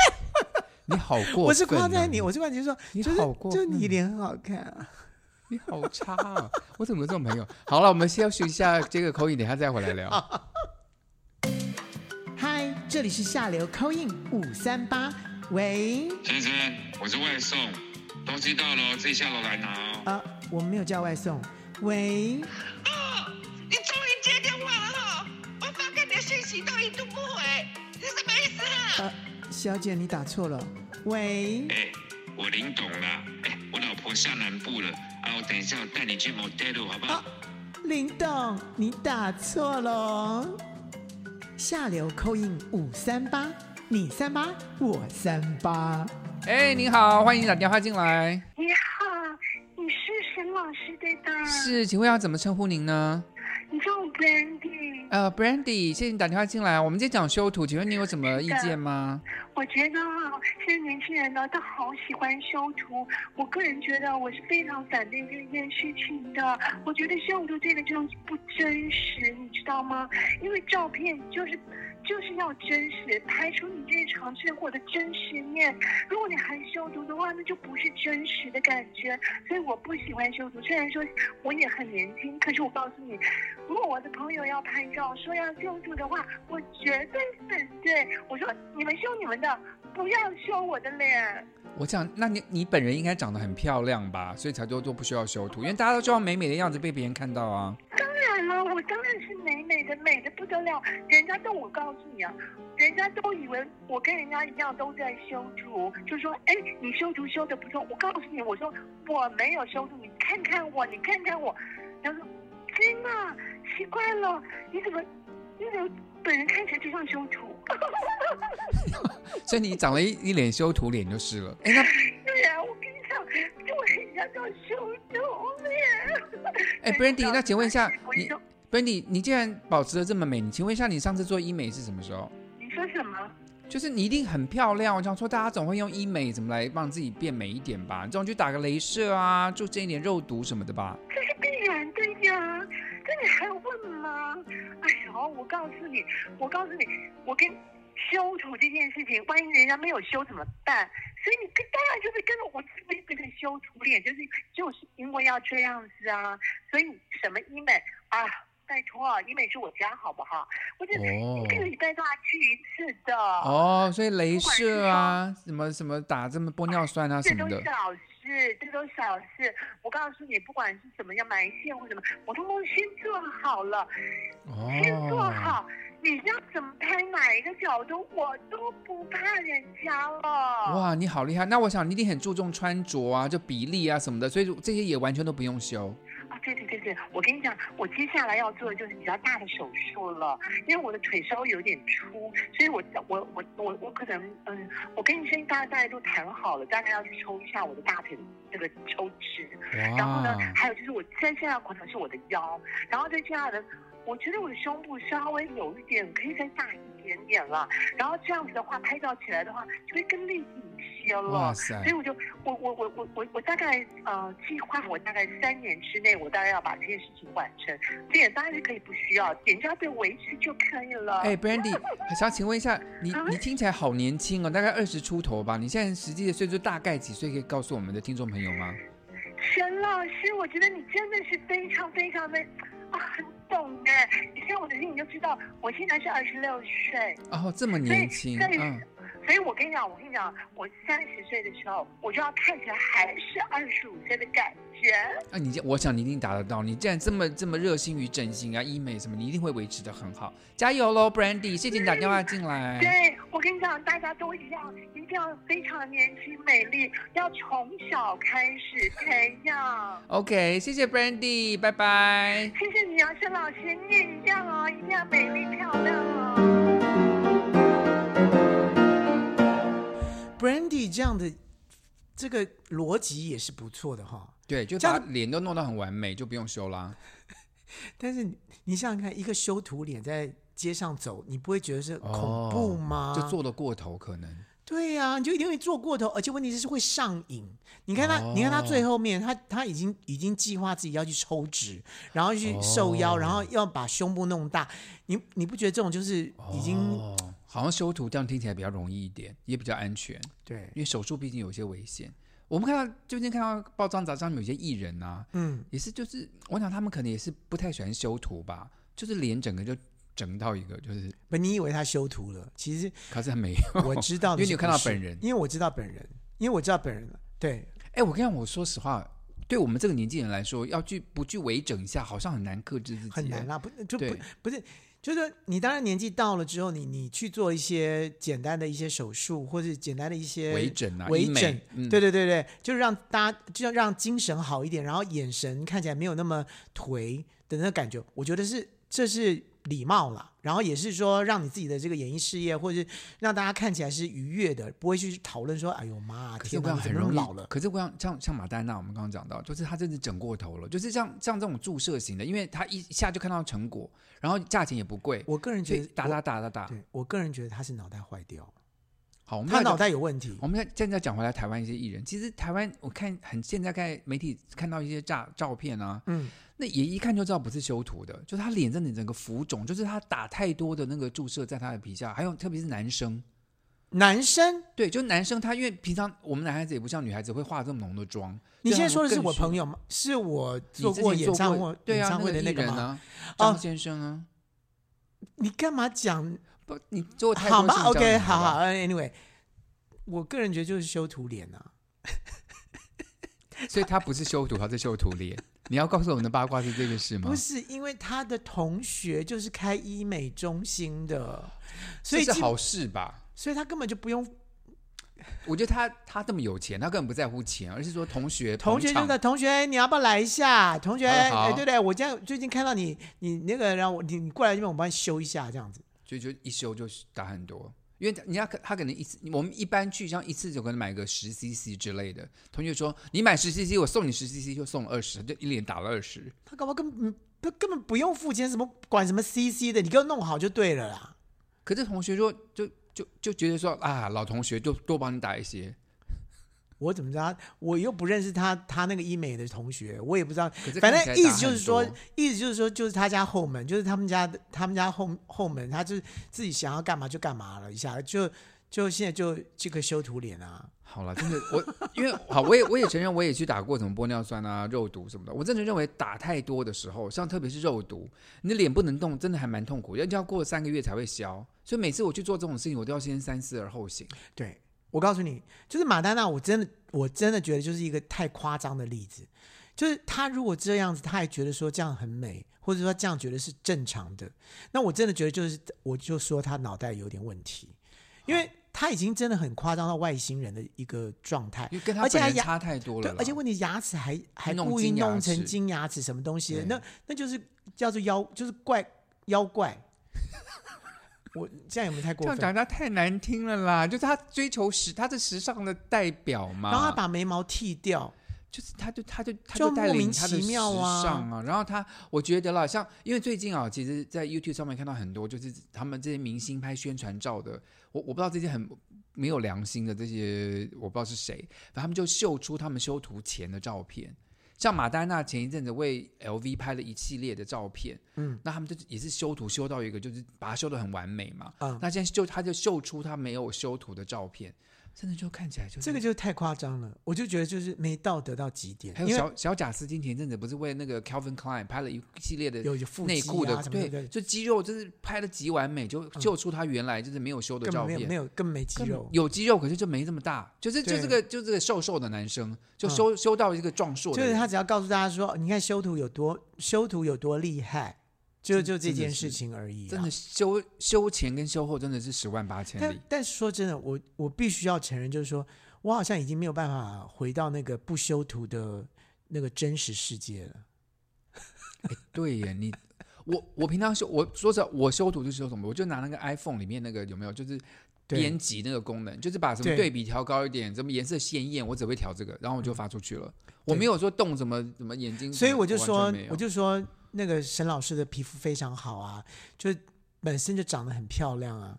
[SPEAKER 2] 你好过分啊、
[SPEAKER 1] 我是夸赞你，我是夸赞你说，
[SPEAKER 2] 你
[SPEAKER 1] 就是
[SPEAKER 2] 好过
[SPEAKER 1] 就你
[SPEAKER 2] 分
[SPEAKER 1] 脸很好看啊。
[SPEAKER 2] 你好差、啊， *laughs* 我怎么有这种朋友？好了，我们休息一下，接个口音，等一下再回
[SPEAKER 1] *laughs*
[SPEAKER 2] 来聊。
[SPEAKER 1] 嗨，这里是下流 c a in 五三八，喂，
[SPEAKER 3] 先生，我是外送，东西到了哦自己下楼来拿哦。
[SPEAKER 1] 呃，我们没有叫外送，喂，
[SPEAKER 4] 哦，你终于接电话了哈、我发给你的啊
[SPEAKER 1] 小姐，你打错了。喂，
[SPEAKER 3] 哎、我林董啦，哎、我老婆下南部了，啊，我等一下我带你去 motel 好不好？
[SPEAKER 1] 啊，林董，你打错了哦。下流扣印五三八，你三八，我三八。
[SPEAKER 2] 哎，您好，欢迎打电话进来。
[SPEAKER 4] 你好，哎你是沈老师对吧？
[SPEAKER 2] 是，请问要怎么称呼您呢？
[SPEAKER 4] 你叫我 Brandy，
[SPEAKER 2] 呃，Brandy，谢谢你打电话进来。我们今天讲修图，请问你有什么意见吗？
[SPEAKER 4] 我觉得啊，现在年轻人呢都好喜欢修图，我个人觉得我是非常反对这件事情的。我觉得修图这个东西不真实，你知道吗？因为照片就是就是要真实，拍出你日常生活的真实面。如果你还修图的话，那就不是真实的感觉。所以我不喜欢修图。虽然说我也很年轻，可是我告诉你，如果我的朋友要拍照说要修图的话，我绝对反对。我说你们修你们的，不要修我的脸。
[SPEAKER 2] 我想，那你你本人应该长得很漂亮吧，所以才多多不需要修图，因为大家都希望美美的样子被别人看到啊。
[SPEAKER 4] 当然了，我当然是美美的，美的不得了。人家都我告诉你啊，人家都以为我跟人家一样都在修图，就说哎，你修图修的不错。我告诉你，我说我没有修图，你看看我，你看看我。然后说天哪，奇怪了，你怎么，你怎么本人看起来就像修图？
[SPEAKER 2] 所以你长了一一脸修图脸就是了。哎，
[SPEAKER 4] 对呀、我跟你讲，就很像叫修图脸。
[SPEAKER 2] 那哎，Brandy，那请问一下
[SPEAKER 4] 我
[SPEAKER 2] 你
[SPEAKER 4] 就
[SPEAKER 2] ，Brandy，你既然保持的这么美，你请问一下，你上次做医美是什么时候？
[SPEAKER 4] 你说什么？
[SPEAKER 2] 就是你一定很漂亮，我想说大家总会用医美怎么来让自己变美一点吧？你总去打个镭射啊，就增一点肉毒什么的吧？
[SPEAKER 4] 这是必然的呀，这你还问吗？哎呦，我告诉你，我告诉你，我跟修图这件事情，万一人家没有修怎么办？所以你跟当然就是跟着我这边的修图脸，就是就是因为要这样子啊，所以什么医美啊，拜托、啊，医美是我家好不好？我这
[SPEAKER 2] 哦
[SPEAKER 4] 一个礼拜都要去一次的，
[SPEAKER 2] 哦，所以镭
[SPEAKER 4] 不管是
[SPEAKER 2] 射啊，什么什么打这么玻尿酸啊什
[SPEAKER 4] 这
[SPEAKER 2] 么
[SPEAKER 4] 都
[SPEAKER 2] 的。
[SPEAKER 4] 小事，这都小事。我告诉你，不管是怎么样埋线或什么，我通通先做好了。先做
[SPEAKER 2] 哦，
[SPEAKER 4] 好，你要怎么拍哪一个角度，我都不怕人家了。
[SPEAKER 2] 哇，你好厉害！那我想你一定很注重穿着啊，就比例啊什么的，所以这些也完全都不用修。
[SPEAKER 4] 啊，对对对对，我跟你讲，我接下来要做的就是比较大的手术了，因为我的腿稍微有点粗，所以我我我我我可能嗯，我跟医生大概都谈好了，大概要去抽一下我的大腿这个抽脂，然后呢
[SPEAKER 2] 哇，，
[SPEAKER 4] 还有就是我在现在可能是我的腰，然后再这样的，我觉得我的胸部稍微有一点可以再大一点点了，然后这样子的话拍照起来的话就会更立体一些
[SPEAKER 2] 哇
[SPEAKER 4] 了。
[SPEAKER 2] 塞
[SPEAKER 4] 所以，我就我我我我我我大概呃计划我大概三年之内我大概要把这件事情完成，这点当然是可以不需要，人家对维持就可以了。
[SPEAKER 2] 哎，Brandy，想请问一下，你
[SPEAKER 4] 啊
[SPEAKER 2] 你听起来好年轻哦，大概二十出头吧？你现在实际的岁数大概几岁？可以告诉我们的听众朋友吗？
[SPEAKER 4] 沈老师，我觉得你真的是非常非常的啊，很懂哎！你看我的脸，你就知道我现在是二十六岁，
[SPEAKER 2] 哦，这么年轻，
[SPEAKER 4] 所以
[SPEAKER 2] 嗯，
[SPEAKER 4] 所以我跟你讲，我跟你讲，我三十岁的时候，我就要看起来还是二十五岁的感觉。
[SPEAKER 2] 啊，你这我想你一定达得到。你既然这么这么热心于整形啊、医美什么，你一定会维持的很好，加油喽，Brandy！谢谢你打电话进来。
[SPEAKER 4] 对我跟你讲，大家都一样，一定要非常年轻美丽，要从小开始培养。
[SPEAKER 2] OK，谢谢 Brandy，拜拜。
[SPEAKER 4] 谢谢你啊，沈老师，你也一样哦，一定要美丽漂亮哦。
[SPEAKER 1] Brandy 这样的这个逻辑也是不错的哈。
[SPEAKER 2] 对，就
[SPEAKER 1] 这
[SPEAKER 2] 把
[SPEAKER 1] 样
[SPEAKER 2] 脸都弄到很完美，就不用修啦。
[SPEAKER 1] 但是你你想想看，一个修图脸在街上走，你不会觉得是恐
[SPEAKER 2] 哦
[SPEAKER 1] 怖吗？
[SPEAKER 2] 就做得过头，可能
[SPEAKER 1] 对呀、你就一定会做过头，而且问题是会上瘾。你看他，
[SPEAKER 2] 哦
[SPEAKER 1] 你看他最后面，他他已经已经计划自己要去抽脂，然后去瘦腰，
[SPEAKER 2] 哦
[SPEAKER 1] 然后要把胸部弄大。你你不觉得这种就是已经、
[SPEAKER 2] 哦好像修图这样听起来比较容易一点，也比较安全，
[SPEAKER 1] 对
[SPEAKER 2] 因为手术毕竟有一些危险。我们看到最近看到报章杂志上面有些艺人啊，
[SPEAKER 1] 嗯
[SPEAKER 2] 也是就是我想他们可能也是不太喜欢修图吧，就是脸整个就整到一个就是，
[SPEAKER 1] 不？你以为他修图了？其实
[SPEAKER 2] 可是他没有。
[SPEAKER 1] 我知道
[SPEAKER 2] 因
[SPEAKER 1] 的
[SPEAKER 2] 为
[SPEAKER 1] 是
[SPEAKER 2] 你有
[SPEAKER 1] 不
[SPEAKER 2] 看到
[SPEAKER 1] 是
[SPEAKER 2] 本人
[SPEAKER 1] 因为我知道本人，因为我知道本人了。对，
[SPEAKER 2] *laughs* 哎，我跟你讲，我说实话，对我们这个年纪人来说，要去不去微整一下，好像很难克制自己。啊
[SPEAKER 1] 很难啦，不就不
[SPEAKER 2] 对
[SPEAKER 1] 不是。就是你当然年纪到了之后，你你去做一些简单的一些手术，或者简单的一些
[SPEAKER 2] 微整啊，
[SPEAKER 1] 微
[SPEAKER 2] 医美
[SPEAKER 1] 整，
[SPEAKER 2] 嗯
[SPEAKER 1] 对对对对，就是让大家就让让精神好一点，然后眼神看起来没有那么颓的那个感觉，我觉得是这是礼貌啦，然后也是说让你自己的这个演艺事业，或者是让大家看起来是愉悦的，不会去讨论说哎呦妈，
[SPEAKER 2] 可是
[SPEAKER 1] 天
[SPEAKER 2] 我
[SPEAKER 1] 哪，
[SPEAKER 2] 想
[SPEAKER 1] 你怎
[SPEAKER 2] 很
[SPEAKER 1] 么那么
[SPEAKER 2] 容易
[SPEAKER 1] 老了，
[SPEAKER 2] 可是我想像像马丹娜，我们刚刚讲到，就是她真的整过头了，就是像像这种注射型的，因为她一下就看到成果，然后价钱也不贵，
[SPEAKER 1] 我个人
[SPEAKER 2] 所
[SPEAKER 1] 觉
[SPEAKER 2] 以
[SPEAKER 1] 得
[SPEAKER 2] 打
[SPEAKER 1] 我
[SPEAKER 2] 打打打打。
[SPEAKER 1] 对我个人觉得他是脑袋坏掉，
[SPEAKER 2] 好，我们
[SPEAKER 1] 他
[SPEAKER 2] 要
[SPEAKER 1] 脑
[SPEAKER 2] 讲
[SPEAKER 1] 袋有问题。
[SPEAKER 2] 我们现在现在讲回来，台湾一些艺人，其实台湾我看很现在在媒体看到一些照照片啊，
[SPEAKER 1] 嗯，
[SPEAKER 2] 那也一看就知道不是修图的，就他脸真的整个浮肿，就是他打太多的那个注射在他的皮下，还有特别是男生，
[SPEAKER 1] 男生，
[SPEAKER 2] 对，就男生他因为平常我们男孩子也不像女孩子会化这么浓的妆，
[SPEAKER 1] 你现在说的是
[SPEAKER 2] 更
[SPEAKER 1] 我
[SPEAKER 2] 虚
[SPEAKER 1] 朋友吗？是我
[SPEAKER 2] 你
[SPEAKER 1] 做
[SPEAKER 2] 之
[SPEAKER 1] 过
[SPEAKER 2] 前
[SPEAKER 1] 演唱
[SPEAKER 2] 过
[SPEAKER 1] 会
[SPEAKER 2] 对
[SPEAKER 1] 演
[SPEAKER 2] 啊
[SPEAKER 1] 唱会的
[SPEAKER 2] 那
[SPEAKER 1] 那
[SPEAKER 2] 个艺
[SPEAKER 1] 个
[SPEAKER 2] 人
[SPEAKER 1] 吗？
[SPEAKER 2] 啊，
[SPEAKER 1] 哦
[SPEAKER 2] 张先生啊，
[SPEAKER 1] 你干嘛讲
[SPEAKER 2] 不，你做太多
[SPEAKER 1] 好吗
[SPEAKER 2] 性交
[SPEAKER 1] ？OK，
[SPEAKER 2] 流
[SPEAKER 1] 好
[SPEAKER 2] 吧
[SPEAKER 1] 好。Anyway，我个人觉得就是修图脸啊。
[SPEAKER 2] 所以他不是修图，他是修图脸。你要告诉我们的八卦是这个事吗
[SPEAKER 1] 不？是，因为他的同学就是开医美中心的，所以
[SPEAKER 2] 这
[SPEAKER 1] 基
[SPEAKER 2] 是好事吧？
[SPEAKER 1] 所以他根本就不用
[SPEAKER 2] 我觉得他他这么有钱，他根本不在乎钱，而是说同学
[SPEAKER 1] 同学就
[SPEAKER 2] 捧
[SPEAKER 1] 在
[SPEAKER 2] 场
[SPEAKER 1] 同学，你要不要来一下？同学，
[SPEAKER 2] 好好
[SPEAKER 1] 哎，对对，我这样最近看到你，你那个，然后我你你过来这边，我帮你修一下，这样子。
[SPEAKER 2] 就就一修就打很多。因为人家可他可能一次，我们一般去像一次就可能买个十 CC 之类的。同学说你买十 CC，我送你十 CC，就送了二十，就一连打了二十。
[SPEAKER 1] 他搞不好根本他根本不用付钱，什么管什么 CC 的，你给我弄好就对了啦。
[SPEAKER 2] 可是同学说就就就觉得说啊，老同学就多帮你打一些。
[SPEAKER 1] 我怎么知道他？我又不认识他，他那个医美的同学，我也不知道。
[SPEAKER 2] 可是
[SPEAKER 1] 反
[SPEAKER 2] 看起来
[SPEAKER 1] 正意
[SPEAKER 2] 打
[SPEAKER 1] 思就是
[SPEAKER 2] 很
[SPEAKER 1] 说
[SPEAKER 2] 多，
[SPEAKER 1] 意思就是说，就是他家后门，就是他们家的，他们家后后门，他就是自己想要干嘛就干嘛了，一下就就现在就这个修图脸啊，
[SPEAKER 2] 好了，真的，我因为好，我也我也承认，我也去打过什么玻尿酸啊、肉毒什么的。我真的认为打太多的时候，像特别是肉毒，你的脸不能动，真的还蛮痛苦，要要过三个月才会消。所以每次我去做这种事情，我都要先三思而后行。
[SPEAKER 1] 对我告诉你，就是马丹娜，我真的我真的觉得就是一个太夸张的例子。就是他如果这样子，他还觉得说这样很美，或者说这样觉得是正常的，那我真的觉得就是我就说他脑袋有点问题，因为他已经真的很夸张到外星人的一个状态
[SPEAKER 2] 因，为跟他
[SPEAKER 1] 而且
[SPEAKER 2] 本
[SPEAKER 1] 还
[SPEAKER 2] 人
[SPEAKER 1] 牙
[SPEAKER 2] 差太多了
[SPEAKER 1] 对
[SPEAKER 2] 啦。，
[SPEAKER 1] 而且问题牙齿还还
[SPEAKER 2] 弄
[SPEAKER 1] 故意
[SPEAKER 2] 金牙
[SPEAKER 1] 弄成
[SPEAKER 2] 齿
[SPEAKER 1] 金牙齿什么东西的
[SPEAKER 2] 对
[SPEAKER 1] 那那就是叫做妖，就是怪妖怪。 *laughs* 我这样有没有太
[SPEAKER 2] 这
[SPEAKER 1] 过
[SPEAKER 2] 样
[SPEAKER 1] 分？
[SPEAKER 2] 讲他太难听了啦，就是他追求时，他是时尚的代表嘛。
[SPEAKER 1] 然后他把眉毛剃掉，
[SPEAKER 2] 就是他就他就他
[SPEAKER 1] 就
[SPEAKER 2] 就带
[SPEAKER 1] 莫
[SPEAKER 2] 领
[SPEAKER 1] 名
[SPEAKER 2] 他的
[SPEAKER 1] 其
[SPEAKER 2] 时
[SPEAKER 1] 妙啊
[SPEAKER 2] 尚啊，然后他我觉得啦，像因为最近啊，其实，在 YouTube 上面看到很多就是他们这些明星拍宣传照的，我我不知道这些很没有良心的这些，我不知道是谁，反正他们就秀出他们修图前的照片。像马丹娜前一阵子为 LV 拍了一系列的照片，
[SPEAKER 1] 嗯，
[SPEAKER 2] 那他们就也是修图修到一个，就是把它修得很完美嘛，
[SPEAKER 1] 嗯
[SPEAKER 2] 那现在就他就秀出他没有修图的照片，真的就看起来就是
[SPEAKER 1] 这个就太夸张了，我就觉得就是没道德到极点
[SPEAKER 2] 还。有
[SPEAKER 1] 因为
[SPEAKER 2] 小小贾斯汀前一阵子不是为那个 Calvin Klein 拍了一系列的
[SPEAKER 1] 有有腹
[SPEAKER 2] 内
[SPEAKER 1] 肌
[SPEAKER 2] 裤的，
[SPEAKER 1] 啊什么
[SPEAKER 2] 对
[SPEAKER 1] 的，对嗯
[SPEAKER 2] 就肌肉就是拍的极完美，就秀出他原来就是没有修的
[SPEAKER 1] 根
[SPEAKER 2] 照
[SPEAKER 1] 本没有
[SPEAKER 2] 片，
[SPEAKER 1] 没有根本没肌
[SPEAKER 2] 根本
[SPEAKER 1] 肉，
[SPEAKER 2] 有肌肉，可是就没这么大，就是就
[SPEAKER 1] 对嗯
[SPEAKER 2] 这个就这个瘦瘦的男生，就修修到一个壮硕
[SPEAKER 1] 就
[SPEAKER 2] 的
[SPEAKER 1] 是
[SPEAKER 2] 人，
[SPEAKER 1] 他只要告诉大家说，你看修图有多修图有多厉害，就
[SPEAKER 2] 真
[SPEAKER 1] 就这
[SPEAKER 2] 真的
[SPEAKER 1] 件
[SPEAKER 2] 是
[SPEAKER 1] 事情而已啊。
[SPEAKER 2] 真的修修前跟修后真的是十万八千
[SPEAKER 1] 但
[SPEAKER 2] 里，
[SPEAKER 1] 但是说真的，我我必须要承认，就是说我好像已经没有办法回到那个不修图的那个真实世界了。
[SPEAKER 2] 对耶，你。我我平常修，我说实话，我修图是修什么？我就拿那个 iPhone 里面那个有没有，就是编
[SPEAKER 1] 对，
[SPEAKER 2] 辑那个功能，就是把什么
[SPEAKER 1] 对
[SPEAKER 2] 对嗯比调高一点，什么颜色鲜艳，我只会调这个，然后我就发出去了。我
[SPEAKER 1] 对
[SPEAKER 2] 没有说动什么什么眼睛什么，
[SPEAKER 1] 所以我就
[SPEAKER 2] 嗯完
[SPEAKER 1] 说
[SPEAKER 2] 全没，有
[SPEAKER 1] 我就说那个沈老师的皮肤非常好啊，就本身就长得很漂亮啊。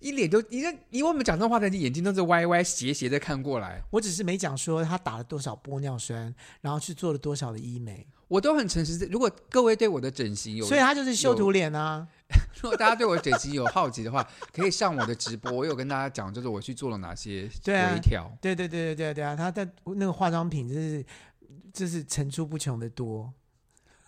[SPEAKER 2] 一脸就你看，你为我们讲这种话的，你眼睛都是歪歪斜斜的看过来。
[SPEAKER 1] 我只是没讲说她打了多少玻尿酸，然后去做了多少的医美，
[SPEAKER 2] 我都很诚实。如果各位对我的整形有，
[SPEAKER 1] 所以她就是修图脸啊。
[SPEAKER 2] 如果大家对我的整形有好奇的话，可以上我的直播，我有跟大家讲，就是我去做了哪些
[SPEAKER 1] 对啊
[SPEAKER 2] 微调。
[SPEAKER 1] 对对对对对对啊，她的那个化妆品真是真是层出不穷的多。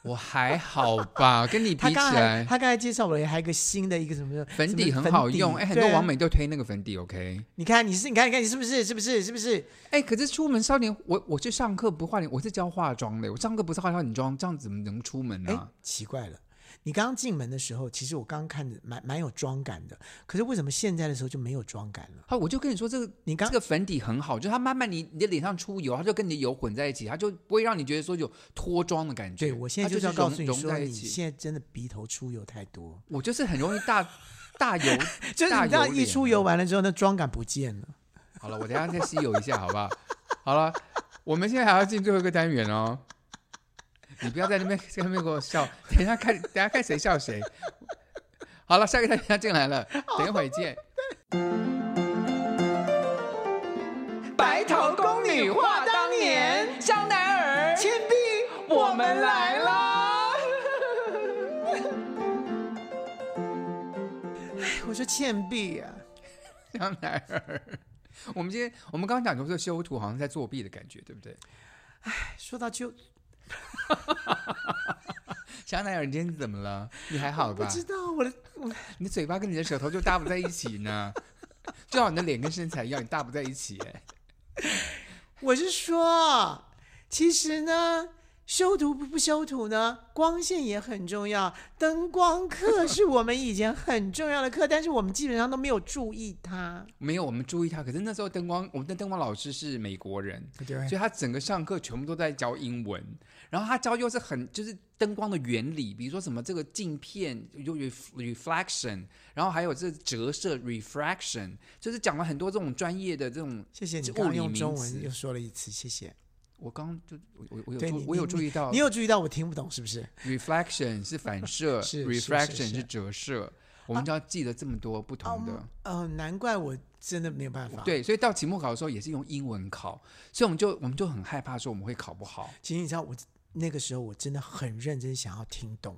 [SPEAKER 2] 我还好吧，跟你比
[SPEAKER 1] 他
[SPEAKER 2] 起
[SPEAKER 1] 刚才
[SPEAKER 2] 来，
[SPEAKER 1] 他刚才介绍我了还有一个新的一个什么什么
[SPEAKER 2] 粉底很好用。哎、很多网、美都推那个粉底，OK。
[SPEAKER 1] 啊对啊你看你是你看你看你是不是是不是是不是？
[SPEAKER 2] 哎、可是出门少年，我我去上课不化脸，我是教化妆的，我上课不是化化脸妆，这样怎么能出门呢、啊
[SPEAKER 1] 哎，奇怪了，你刚刚进门的时候，其实我刚刚看着蛮蛮有妆感的，可是为什么现在的时候就没有妆感了？
[SPEAKER 2] 好，我就跟你说，这个
[SPEAKER 1] 你刚
[SPEAKER 2] 这个粉底很好，就是它慢慢你你的脸上出油，它就跟你的油混在一起，它就不会让你觉得说有脱妆的感觉。
[SPEAKER 1] 对我现在
[SPEAKER 2] 它
[SPEAKER 1] 就是是要告诉
[SPEAKER 2] 融
[SPEAKER 1] 你
[SPEAKER 2] 融
[SPEAKER 1] 说，
[SPEAKER 2] 在一
[SPEAKER 1] 你
[SPEAKER 2] 起
[SPEAKER 1] 现在真的鼻头出油太多，
[SPEAKER 2] 我就是很容易大大 *laughs* 油，
[SPEAKER 1] 就是
[SPEAKER 2] 大
[SPEAKER 1] 你这样
[SPEAKER 2] 油
[SPEAKER 1] 一
[SPEAKER 2] 脸啊
[SPEAKER 1] 出油完了之后，那妆感不见了。
[SPEAKER 2] 好了，我等一下再吸油一下，好不好？好了，我们现在还要进最后一个单元哦。你不要在那边在那边给我笑，等一下看，等一下看谁笑谁。好了，下个单元要进来了，等一会儿见。白头宫女话当年，香奈儿，
[SPEAKER 1] 铅笔，
[SPEAKER 2] 我们来啦！
[SPEAKER 1] 哎我说倩碧啊，
[SPEAKER 2] 香奈儿，我们今天我们刚刚讲说这修图好像在作弊的感觉，对不对？
[SPEAKER 1] 哎说到就
[SPEAKER 2] 香奈儿，你今天怎么了？你还好
[SPEAKER 1] 不
[SPEAKER 2] 吧？
[SPEAKER 1] 知道我的，我
[SPEAKER 2] 你的嘴巴跟你的舌头就搭不在一起呢，最好你的脸跟身材一样，你搭不在一起耶。
[SPEAKER 1] 我是说，其实呢，修图不不修图呢，光线也很重要。灯光
[SPEAKER 2] *laughs*
[SPEAKER 1] 课是我们以前很重要的课，但是我们基本上都没有注意它。
[SPEAKER 2] 没有，我们注意他，可是那时候灯光，我们的灯光老师是美国人，
[SPEAKER 1] 对
[SPEAKER 2] 所以他整个上课全部都在教英文，然后他教又是很就是灯光的原理，比如说什么这个镜片就 ref- reflection，然后还有这折射 refraction，就是讲了很多这种专业的这种。
[SPEAKER 1] 谢谢你
[SPEAKER 2] 这
[SPEAKER 1] 刚
[SPEAKER 2] 物
[SPEAKER 1] 刚
[SPEAKER 2] 理
[SPEAKER 1] 用
[SPEAKER 2] 名
[SPEAKER 1] 中
[SPEAKER 2] 词
[SPEAKER 1] 文又说了一次，谢谢。
[SPEAKER 2] 我刚刚就我我我有
[SPEAKER 1] 对
[SPEAKER 2] 注
[SPEAKER 1] 你
[SPEAKER 2] 我有
[SPEAKER 1] 你
[SPEAKER 2] 注意到
[SPEAKER 1] 你有注意到我听不懂是不是？
[SPEAKER 2] reflection 是反
[SPEAKER 1] *laughs*
[SPEAKER 2] 射
[SPEAKER 1] 是是是
[SPEAKER 2] ，refraction
[SPEAKER 1] 是啊
[SPEAKER 2] 是折射。我们就要记得这么多不同的。
[SPEAKER 1] 呃，难怪我真的没有办法。，
[SPEAKER 2] 对，所以到期末考的时候也是用英文考，所以我们就我们就很害怕说我们会考不好。
[SPEAKER 1] 其实你知道我那个时候我真的很认真想要听懂。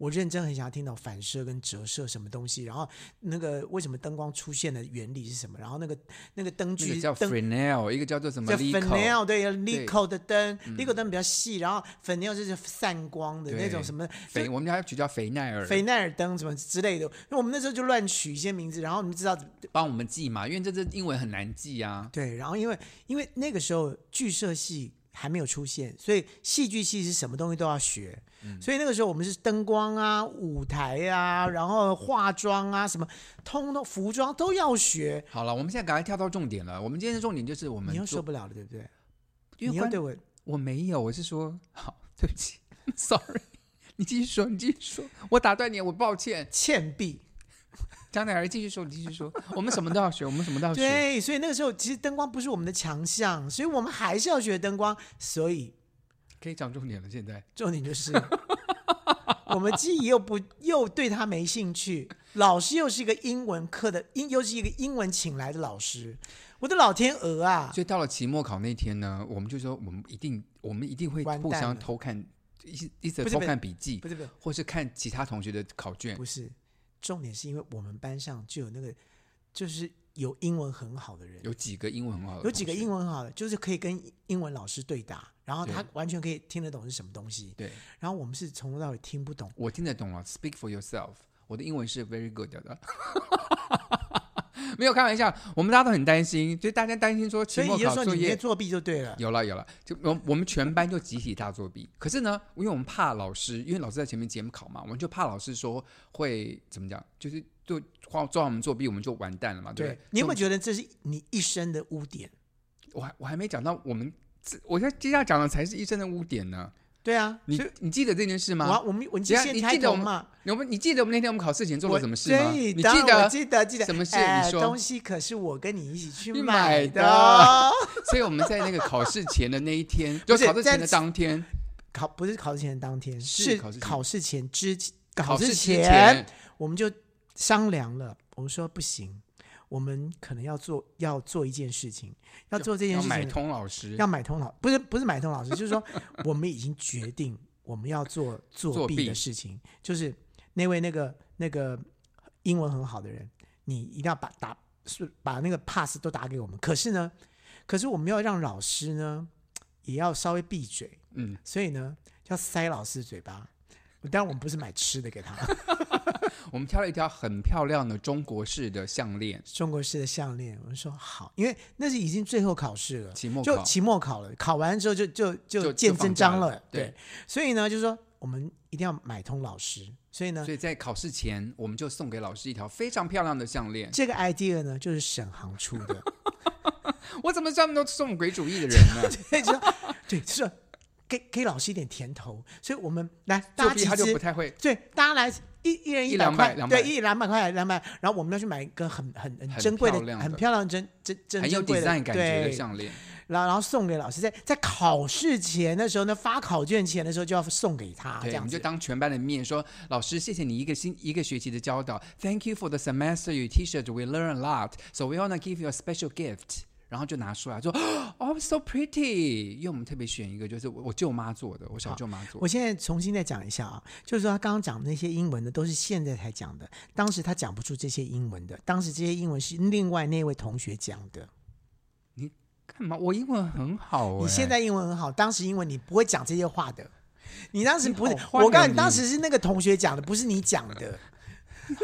[SPEAKER 1] 我认真很想要听懂反射跟折射什么东西，然后那个为什么灯光出现的原理是什么，然后那个那个灯
[SPEAKER 2] 一个
[SPEAKER 1] 具
[SPEAKER 2] 叫
[SPEAKER 1] 灯
[SPEAKER 2] Fresnel，一个叫做什么
[SPEAKER 1] 叫
[SPEAKER 2] l i c o
[SPEAKER 1] Fresnel 对 l i c o 的灯
[SPEAKER 2] 嗯
[SPEAKER 1] l i c o 灯比较细，然后 Fresnel 就是散光的
[SPEAKER 2] 对
[SPEAKER 1] 那种什么
[SPEAKER 2] 肥，我们家取叫肥奈尔，
[SPEAKER 1] 菲奈尔灯什么之类的。因为我们那时候就乱取一些名字，然后你们知道
[SPEAKER 2] 帮我们记嘛，因为这这英文很难记啊。
[SPEAKER 1] 对，然后因为因为那个时候剧社系还没有出现，所以戏剧系是什么东西都要学。
[SPEAKER 2] 嗯
[SPEAKER 1] 所以那个时候我们是灯光啊、舞台啊，然后化妆啊，什么通通服装都要学。
[SPEAKER 2] 好了，我们现在赶快跳到重点了。我们今天的重点就是我们
[SPEAKER 1] 你又受
[SPEAKER 2] 做，
[SPEAKER 1] 不了了，对不对？
[SPEAKER 2] 因
[SPEAKER 1] 你
[SPEAKER 2] 为
[SPEAKER 1] 又
[SPEAKER 2] 关
[SPEAKER 1] 对我
[SPEAKER 2] 我没有，我是说，好，对不起 *laughs* ，sorry，你继续说，你继续说，我打断你，我抱歉。
[SPEAKER 1] 欠币。
[SPEAKER 2] 江乃儿继续说，你继续说，我们什么都要学，我们什么都要学。
[SPEAKER 1] 对，所以那个时候其实灯光不是我们的强项，所以我们还是要学灯光。所以
[SPEAKER 2] 可以讲重点了，现在。
[SPEAKER 1] 重点就是，我们既又不又对他没兴趣，老师又是一个英文课的英，又是一个英文请来的老师，我的老天鹅啊！
[SPEAKER 2] 所以到了期末考那天呢，我们就说我们一定我们一定会
[SPEAKER 1] 完蛋
[SPEAKER 2] 互相
[SPEAKER 1] 了
[SPEAKER 2] 偷看，一起一直
[SPEAKER 1] 不是
[SPEAKER 2] 偷
[SPEAKER 1] 不是
[SPEAKER 2] 看笔记
[SPEAKER 1] 不，是不是
[SPEAKER 2] 或是看其他同学的考卷
[SPEAKER 1] 不。是，重点是因为我们班上就有那个，就是有英文很好的人，
[SPEAKER 2] 有几个英文很好的同学，
[SPEAKER 1] 有几个英文很好的，就是可以跟英文老师对答，然后他
[SPEAKER 2] 对
[SPEAKER 1] 完全可以听得懂是什么东西。
[SPEAKER 2] 对
[SPEAKER 1] 然后我们是从头到尾听不懂，
[SPEAKER 2] 我听得懂了。Speak for yourself，我的英文是 very good 的。 *laughs* 没有开玩笑，我们大家都很担心，就大家担心说期
[SPEAKER 1] 所以
[SPEAKER 2] 末
[SPEAKER 1] 你就
[SPEAKER 2] 考
[SPEAKER 1] 说
[SPEAKER 2] 作
[SPEAKER 1] 你在
[SPEAKER 2] 业
[SPEAKER 1] 作弊就对了。
[SPEAKER 2] 有了有了，就我我们全班就集体大作弊。可是呢，因为我们怕老师，因为老师在前面监考嘛，我们就怕老师说会怎么讲，就是就抓抓我们作弊，我们就完蛋了嘛，对不
[SPEAKER 1] 对
[SPEAKER 2] 对？，
[SPEAKER 1] 你有没
[SPEAKER 2] 所
[SPEAKER 1] 有
[SPEAKER 2] 以
[SPEAKER 1] 觉得这是你一生的污点？
[SPEAKER 2] 我们我还我还没讲到我们这，我现在接下来讲的才是医生的污点呢。
[SPEAKER 1] 对啊，
[SPEAKER 2] 你
[SPEAKER 1] 所以
[SPEAKER 2] 你记得这件事
[SPEAKER 1] 我
[SPEAKER 2] 吗？
[SPEAKER 1] 我们我们
[SPEAKER 2] 等一下
[SPEAKER 1] 先
[SPEAKER 2] 你
[SPEAKER 1] 开
[SPEAKER 2] 记得
[SPEAKER 1] 头
[SPEAKER 2] 我们
[SPEAKER 1] 嘛，
[SPEAKER 2] 我们你记得我们那天我们考试前做了什么事吗？
[SPEAKER 1] 我对
[SPEAKER 2] 你
[SPEAKER 1] 当
[SPEAKER 2] 记
[SPEAKER 1] 然我
[SPEAKER 2] 得？
[SPEAKER 1] 记得记得
[SPEAKER 2] 什么事
[SPEAKER 1] 哎
[SPEAKER 2] 你说
[SPEAKER 1] 东西可是我跟你一起去
[SPEAKER 2] 你
[SPEAKER 1] 买
[SPEAKER 2] 买
[SPEAKER 1] 的
[SPEAKER 2] 的
[SPEAKER 1] 哦。
[SPEAKER 2] 所以我们在那个考试前的那一
[SPEAKER 1] *laughs*
[SPEAKER 2] 天，
[SPEAKER 1] 不
[SPEAKER 2] 就是考试前
[SPEAKER 1] 在
[SPEAKER 2] 的当天，
[SPEAKER 1] 考不是考试前当天，是
[SPEAKER 2] 是考试前
[SPEAKER 1] 考试前之
[SPEAKER 2] 考
[SPEAKER 1] 试
[SPEAKER 2] 试之
[SPEAKER 1] 前，我们就商量了，我们说不行，我们可能要做要做一件事情，要做这件
[SPEAKER 2] 要
[SPEAKER 1] 事情
[SPEAKER 2] 买通老师，
[SPEAKER 1] 要买通老不是不是买通老师，就是说我们已经决定我们要做作
[SPEAKER 2] 作
[SPEAKER 1] 弊
[SPEAKER 2] 弊
[SPEAKER 1] 的事情，就是那位那个那个英文很好的人，你一定要把打是把那个 pass 都打给我们。可是呢，可是我们要让老师呢也要稍微闭嘴，
[SPEAKER 2] 嗯，
[SPEAKER 1] 所以呢要塞老师嘴巴。当然我们不是买吃的给他， *laughs*
[SPEAKER 2] 我们挑了一条很漂亮的中国式的项链，
[SPEAKER 1] 中国式的项链。我们说好，因为那是已经最后考试了，
[SPEAKER 2] 期末
[SPEAKER 1] 就
[SPEAKER 2] 考
[SPEAKER 1] 期末考了，考完之后就就
[SPEAKER 2] 就
[SPEAKER 1] 就
[SPEAKER 2] 就
[SPEAKER 1] 见真章
[SPEAKER 2] 放假
[SPEAKER 1] 了
[SPEAKER 2] 了。对
[SPEAKER 1] 所以呢，就是说我们一定要买通老师。所以呢，
[SPEAKER 2] 所以在考试前，我们就送给老师一条非常漂亮的项链。
[SPEAKER 1] 这个 idea 呢，就是沈航出的。 *laughs*
[SPEAKER 2] 我怎么专门都送鬼主义的人呢？
[SPEAKER 1] 对，就是对，就是给给老师一点甜头。所以我们来
[SPEAKER 2] 作
[SPEAKER 1] *laughs* 大家
[SPEAKER 2] 弊
[SPEAKER 1] 集
[SPEAKER 2] 他就
[SPEAKER 1] 资
[SPEAKER 2] 不，太会。
[SPEAKER 1] 对，大家来一一人
[SPEAKER 2] 一
[SPEAKER 1] 百
[SPEAKER 2] 两
[SPEAKER 1] 块
[SPEAKER 2] 百，两
[SPEAKER 1] 对，
[SPEAKER 2] 百
[SPEAKER 1] 一两百块，两百，然后我们要去买一个很很很珍贵的
[SPEAKER 2] 漂亮、的
[SPEAKER 1] 很漂亮、珍珍珍
[SPEAKER 2] 很有
[SPEAKER 1] 珍贵
[SPEAKER 2] design 感觉的
[SPEAKER 1] 对，啊
[SPEAKER 2] 项链，
[SPEAKER 1] 然后然后送给老师，在在考试前的时候呢，发考卷前的时候就要送给他，这
[SPEAKER 2] 对，我
[SPEAKER 1] 样
[SPEAKER 2] 们就
[SPEAKER 1] 子。
[SPEAKER 2] 当全班的面说，老师，谢谢你一个星一个学期的教导，Thank you for the semester you teach us. We learn a lot, so we wanna give you a special gift. 然后就拿出来说，Oh, so pretty！因为我们特别选一个，就是我我舅妈做的，我小舅妈做
[SPEAKER 1] 我
[SPEAKER 2] 的。
[SPEAKER 1] 现在重新再讲一下啊，就是说他刚刚讲的那些英文呢，都是现在才讲的，当时他讲不出这些英文的，当时这些英文是另外那位同学讲的。
[SPEAKER 2] 干嘛？我英文很好、欸。
[SPEAKER 1] 你现在英文很好，当时英文你不会讲这些话的。你当时不是
[SPEAKER 2] 你，好坏啊
[SPEAKER 1] 我告诉你，
[SPEAKER 2] 你
[SPEAKER 1] 当时是那个同学讲的，不是你讲
[SPEAKER 2] *laughs*
[SPEAKER 1] 的。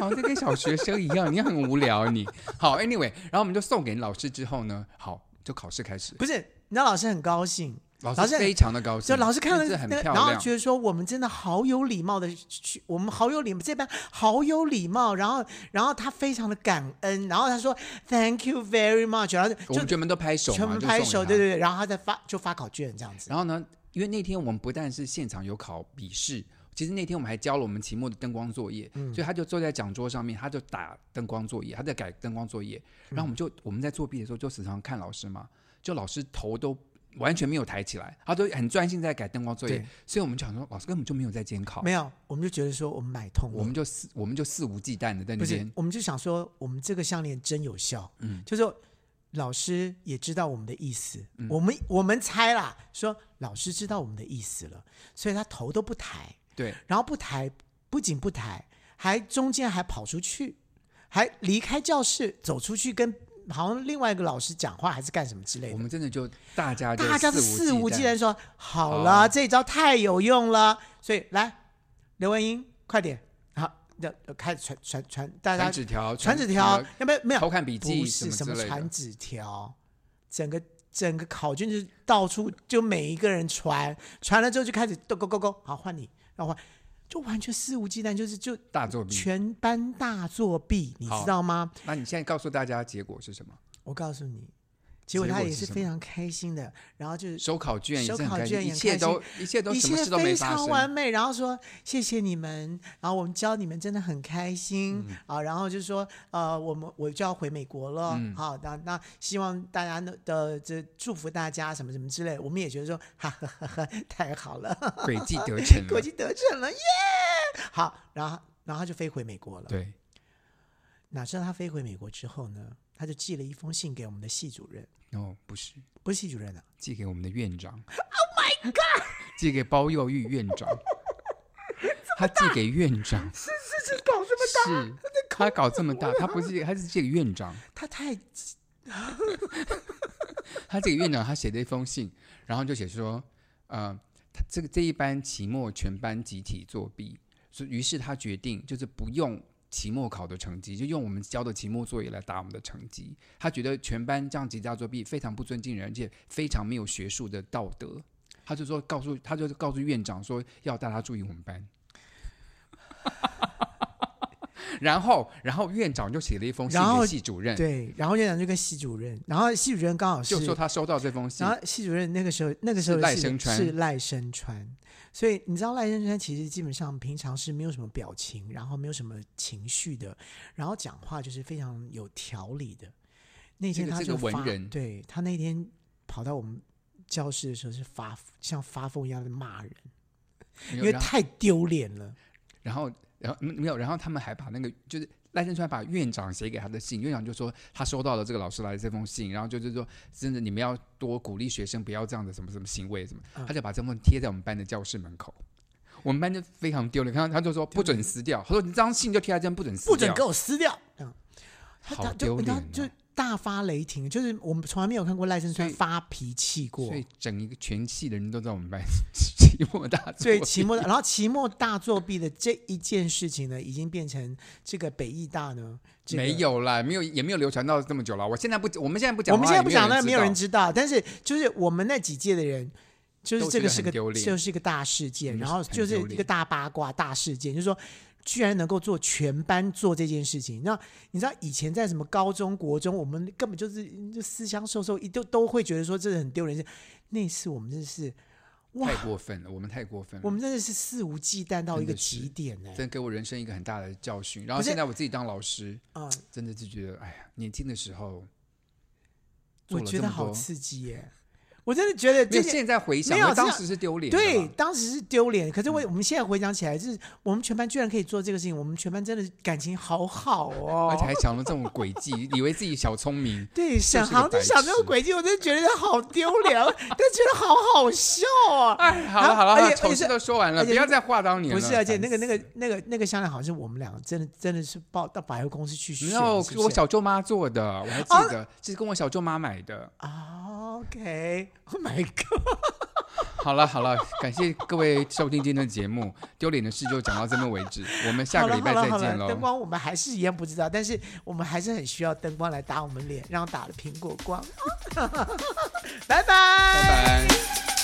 [SPEAKER 2] 好像在跟小学生一样，你很无聊你。好，anyway，然后我们就送给老师之后呢，好，就考试开始。
[SPEAKER 1] 不是，你知道老师很高兴，
[SPEAKER 2] 老
[SPEAKER 1] 老师
[SPEAKER 2] 师非常的高兴，
[SPEAKER 1] 就老师看到
[SPEAKER 2] 真的
[SPEAKER 1] 那
[SPEAKER 2] 很
[SPEAKER 1] 个，
[SPEAKER 2] 漂
[SPEAKER 1] 然后
[SPEAKER 2] 亮
[SPEAKER 1] 觉。得说我们真的好有礼貌的去，我们好有礼貌，这班好有礼貌。然后，然后他非常的感恩，然后他说 Thank you very much，然后
[SPEAKER 2] 我
[SPEAKER 1] 就
[SPEAKER 2] 们全部都拍手嘛，
[SPEAKER 1] 全部
[SPEAKER 2] 就
[SPEAKER 1] 拍
[SPEAKER 2] 送给
[SPEAKER 1] 手，
[SPEAKER 2] 他
[SPEAKER 1] 对对对，然后他再发就发考卷这样子。
[SPEAKER 2] 然后呢，因为那天我们不但是现场有考笔试，其实那天我们还教了我们期末的灯光作业，
[SPEAKER 1] 嗯
[SPEAKER 2] 所以他就坐在讲桌上面，他就打灯光作业，他在改灯光作业。然后我们
[SPEAKER 1] 嗯
[SPEAKER 2] 就、我们在作弊的时候就时常看老师嘛，就老师头都。完全没有抬起来，他都很专心在改灯光作业
[SPEAKER 1] 对，
[SPEAKER 2] 所以我们就想说，老师根本就没有在监考，
[SPEAKER 1] 没有，我们就觉得说我们买通了，
[SPEAKER 2] 我们就肆我们就肆无忌惮的在那
[SPEAKER 1] 不是
[SPEAKER 2] 边，，
[SPEAKER 1] 我们就想说，我们这个项链真有效，嗯，就是老师也知道我们的意思，
[SPEAKER 2] 嗯
[SPEAKER 1] 我们我们猜啦，说老师知道我们的意思了，所以他头都不抬，
[SPEAKER 2] 对，
[SPEAKER 1] 然后不抬，不仅不抬，还中间还跑出去，还离开教室走出去跟好像另外一个老师讲话还是干什么之类
[SPEAKER 2] 我
[SPEAKER 1] 的。
[SPEAKER 2] 们真的就大家就
[SPEAKER 1] 大家都肆无忌
[SPEAKER 2] 忌
[SPEAKER 1] 惮
[SPEAKER 2] 惮，
[SPEAKER 1] 说：“好
[SPEAKER 2] 好
[SPEAKER 1] 了，这招太有用了。”所以来，刘文英，快点，好，要要开始传传传，大家
[SPEAKER 2] 传纸条，
[SPEAKER 1] 传纸条
[SPEAKER 2] 什么，
[SPEAKER 1] 要不然没有
[SPEAKER 2] 偷看笔记
[SPEAKER 1] 不是
[SPEAKER 2] 什
[SPEAKER 1] 什
[SPEAKER 2] 么
[SPEAKER 1] 么
[SPEAKER 2] 之类的
[SPEAKER 1] 传纸条，整个整个考卷就是到处就每一个人传，传了之后就开始勾勾勾勾，好换你，然后换，就完全肆无忌惮，就是就
[SPEAKER 2] 大作弊。
[SPEAKER 1] 全班大作弊，你
[SPEAKER 2] 好
[SPEAKER 1] 知道吗？
[SPEAKER 2] 那你现在告诉大家结果是什么？
[SPEAKER 1] 我告诉你，结果
[SPEAKER 2] 结
[SPEAKER 1] 他
[SPEAKER 2] 果
[SPEAKER 1] 也
[SPEAKER 2] 是
[SPEAKER 1] 是
[SPEAKER 2] 什
[SPEAKER 1] 非
[SPEAKER 2] 么
[SPEAKER 1] 常开心的，然后就是
[SPEAKER 2] 收考卷也
[SPEAKER 1] 收
[SPEAKER 2] 是很
[SPEAKER 1] 考
[SPEAKER 2] 开心，
[SPEAKER 1] 卷也
[SPEAKER 2] 一
[SPEAKER 1] 很
[SPEAKER 2] 切
[SPEAKER 1] 开
[SPEAKER 2] 都
[SPEAKER 1] 心
[SPEAKER 2] 一切都
[SPEAKER 1] 一
[SPEAKER 2] 什么
[SPEAKER 1] 切
[SPEAKER 2] 事都没
[SPEAKER 1] 非
[SPEAKER 2] 发
[SPEAKER 1] 常完
[SPEAKER 2] 生。
[SPEAKER 1] 美，然后说谢谢你们，然后我们教你们真的很开心、啊，然后就说呃，我们我就要回美国了，
[SPEAKER 2] 嗯
[SPEAKER 1] 好，那那希望大家的的这祝福大家什么什么之类，我们也觉得说哈哈哈哈太好了，
[SPEAKER 2] 诡计得
[SPEAKER 1] *laughs*
[SPEAKER 2] 逞
[SPEAKER 1] 国
[SPEAKER 2] 了，
[SPEAKER 1] 际得逞了耶，好，然后然后他就飞回美国了，
[SPEAKER 2] 对，
[SPEAKER 1] 哪知道他飞回美国之后呢，他就寄了一封信给我们的系主任，
[SPEAKER 2] 哦，不是，
[SPEAKER 1] 不是系主任啊，
[SPEAKER 2] 寄给我们的院长。Oh my god！寄给包幼玉院
[SPEAKER 1] *laughs*
[SPEAKER 2] 长，他寄给院长，是
[SPEAKER 1] 是搞什么？
[SPEAKER 2] 是，他搞这么大，他不是，他是寄给院长，
[SPEAKER 1] 他太
[SPEAKER 2] 他这个院长他写的一封信， *laughs* 然后就写说，呃，他这个这一班期末全班集体作弊，所以于是他决定就是不用期末考的成绩，就用我们交的期末作业来打我们的成绩。他觉得全班这样集体大作弊非常不尊敬人，而且非常没有学术的道德。他就说告诉他就是告诉院长说要大家注意我们班。 *laughs* 然后，然后院长就写了一封信
[SPEAKER 1] 然后
[SPEAKER 2] 给系主任，
[SPEAKER 1] 对，然后院长就跟系主任，然后系主任刚好是
[SPEAKER 2] 哎就说他收到这封信
[SPEAKER 1] 然，后系主任那个时候，那个时候
[SPEAKER 2] 是
[SPEAKER 1] 的
[SPEAKER 2] 赖
[SPEAKER 1] 系
[SPEAKER 2] 声川
[SPEAKER 1] 是赖声川，所以你知道赖声川其实基本上平常是没有什么表情，然后没有什么情绪的，然后讲话就是非常有条理的。那天
[SPEAKER 2] 这个
[SPEAKER 1] 他
[SPEAKER 2] 这
[SPEAKER 1] 就
[SPEAKER 2] 个
[SPEAKER 1] 发，
[SPEAKER 2] 文人
[SPEAKER 1] 对他那天跑到我们教室的时候是发像发疯一样的骂人，因为
[SPEAKER 2] 然后
[SPEAKER 1] 太丢脸了。
[SPEAKER 2] 然后，然后嗯没有，然后他们还把那个就是赖声川把院长写给他的信，院长就说他收到了这个老师来的这封信，然后就是说真的你们要多鼓励学生不要这样的什么什么行为什么，他就把这封信贴在我们班的教室门口。我们班就非常丢脸，看到他就说不准撕掉，他说你这张信就贴在这边，不准撕掉，
[SPEAKER 1] 不准给我撕掉！这样，他
[SPEAKER 2] 好
[SPEAKER 1] 他
[SPEAKER 2] 丢
[SPEAKER 1] 就
[SPEAKER 2] 脸
[SPEAKER 1] 他
[SPEAKER 2] 哦
[SPEAKER 1] 就大发雷霆，就是我们从来没有看过赖声川
[SPEAKER 2] 所以
[SPEAKER 1] 发脾气过。
[SPEAKER 2] 所以整一个全系的人都在我们班 *laughs* 期末大作 *laughs*
[SPEAKER 1] 对
[SPEAKER 2] 业，
[SPEAKER 1] 期末，然后期末大作弊的这一件事情呢，已经变成这个北艺大呢、这个
[SPEAKER 2] 没。有啦，没有也没有流传到这么久了。我现在不，我们现在不讲，
[SPEAKER 1] 我们现在不讲，那没有人
[SPEAKER 2] 知
[SPEAKER 1] 知道。但是就是我们那几届的人，就是
[SPEAKER 2] 都
[SPEAKER 1] 这
[SPEAKER 2] 觉
[SPEAKER 1] 个
[SPEAKER 2] 得
[SPEAKER 1] 是
[SPEAKER 2] 很
[SPEAKER 1] 个
[SPEAKER 2] 丢脸
[SPEAKER 1] 就是一个大事件，
[SPEAKER 2] 嗯
[SPEAKER 1] 然后
[SPEAKER 2] 很
[SPEAKER 1] 就是
[SPEAKER 2] 丢
[SPEAKER 1] 一
[SPEAKER 2] 脸
[SPEAKER 1] 个大八卦、大事件，就是说居然能够做全班做这件事情。那你知道以前在什么高中国中，我们根本就是就私相授受，一都都会觉得说这是很丢人。那次我们真的是哇
[SPEAKER 2] 太，过分了，我们太过分了，
[SPEAKER 1] 我们真的是肆无忌惮到一
[SPEAKER 2] 真
[SPEAKER 1] 个
[SPEAKER 2] 的
[SPEAKER 1] 极
[SPEAKER 2] 是
[SPEAKER 1] 点呢、
[SPEAKER 2] 真的给我人生一个很大的教训。然
[SPEAKER 1] 不
[SPEAKER 2] 后
[SPEAKER 1] 是
[SPEAKER 2] 现在我自己当老师，
[SPEAKER 1] 啊、
[SPEAKER 2] 真的就觉得，哎呀，年轻的时候做
[SPEAKER 1] 我
[SPEAKER 2] 了
[SPEAKER 1] 觉
[SPEAKER 2] 这
[SPEAKER 1] 得
[SPEAKER 2] 么
[SPEAKER 1] 好
[SPEAKER 2] 多
[SPEAKER 1] 刺激耶、我真的觉得
[SPEAKER 2] 没有
[SPEAKER 1] 这件
[SPEAKER 2] 现在回想，
[SPEAKER 1] 没有
[SPEAKER 2] 我当
[SPEAKER 1] 这
[SPEAKER 2] 时是丢脸的
[SPEAKER 1] 对
[SPEAKER 2] 吧，
[SPEAKER 1] 当时是丢脸，可是
[SPEAKER 2] 嗯
[SPEAKER 1] 我我们现在回想起来，就是我们全班居然可以做这个事情，我们全班真的感情好好哦，
[SPEAKER 2] 而且还想了这种诡
[SPEAKER 1] *laughs*
[SPEAKER 2] 计，以为自己小聪明。
[SPEAKER 1] 对，
[SPEAKER 2] 是
[SPEAKER 1] 想
[SPEAKER 2] 个
[SPEAKER 1] 航就
[SPEAKER 2] 白
[SPEAKER 1] 想这种
[SPEAKER 2] 痴
[SPEAKER 1] 诡计，我真的觉得好丢脸，啊但觉得好好笑啊！
[SPEAKER 2] *laughs* 哎，好
[SPEAKER 1] 然后
[SPEAKER 2] 了好了，好
[SPEAKER 1] 而且
[SPEAKER 2] 了，
[SPEAKER 1] 而
[SPEAKER 2] 丑
[SPEAKER 1] 且
[SPEAKER 2] 事
[SPEAKER 1] 是
[SPEAKER 2] 都说完了，
[SPEAKER 1] 而且
[SPEAKER 2] 不要
[SPEAKER 1] 那个
[SPEAKER 2] 再话当年了。
[SPEAKER 1] 不是，啊而且那个
[SPEAKER 2] 烦
[SPEAKER 1] 那
[SPEAKER 2] 死
[SPEAKER 1] 个那个那个香料好像是我们两个真的真的是报到百货公司去选，
[SPEAKER 2] No，
[SPEAKER 1] 是
[SPEAKER 2] 是
[SPEAKER 1] 不
[SPEAKER 2] 我
[SPEAKER 1] 是哦
[SPEAKER 2] 小舅妈做的，我还记得，这是跟我小舅妈买的。
[SPEAKER 1] 啊 OK，Oh my God，
[SPEAKER 2] 好了好了， *laughs* 感谢各位收听今天的节目，丢脸的事就讲到这边为止，我们下
[SPEAKER 1] 好
[SPEAKER 2] 个
[SPEAKER 1] 了
[SPEAKER 2] 礼
[SPEAKER 1] 好
[SPEAKER 2] 拜
[SPEAKER 1] 了
[SPEAKER 2] 再
[SPEAKER 1] 好
[SPEAKER 2] 见
[SPEAKER 1] 了，灯
[SPEAKER 2] 喽。
[SPEAKER 1] 光我们还是一样不知道，但是我们还是很需要灯光 *laughs* 来打我们脸，让打了苹果光，拜拜
[SPEAKER 2] 拜拜。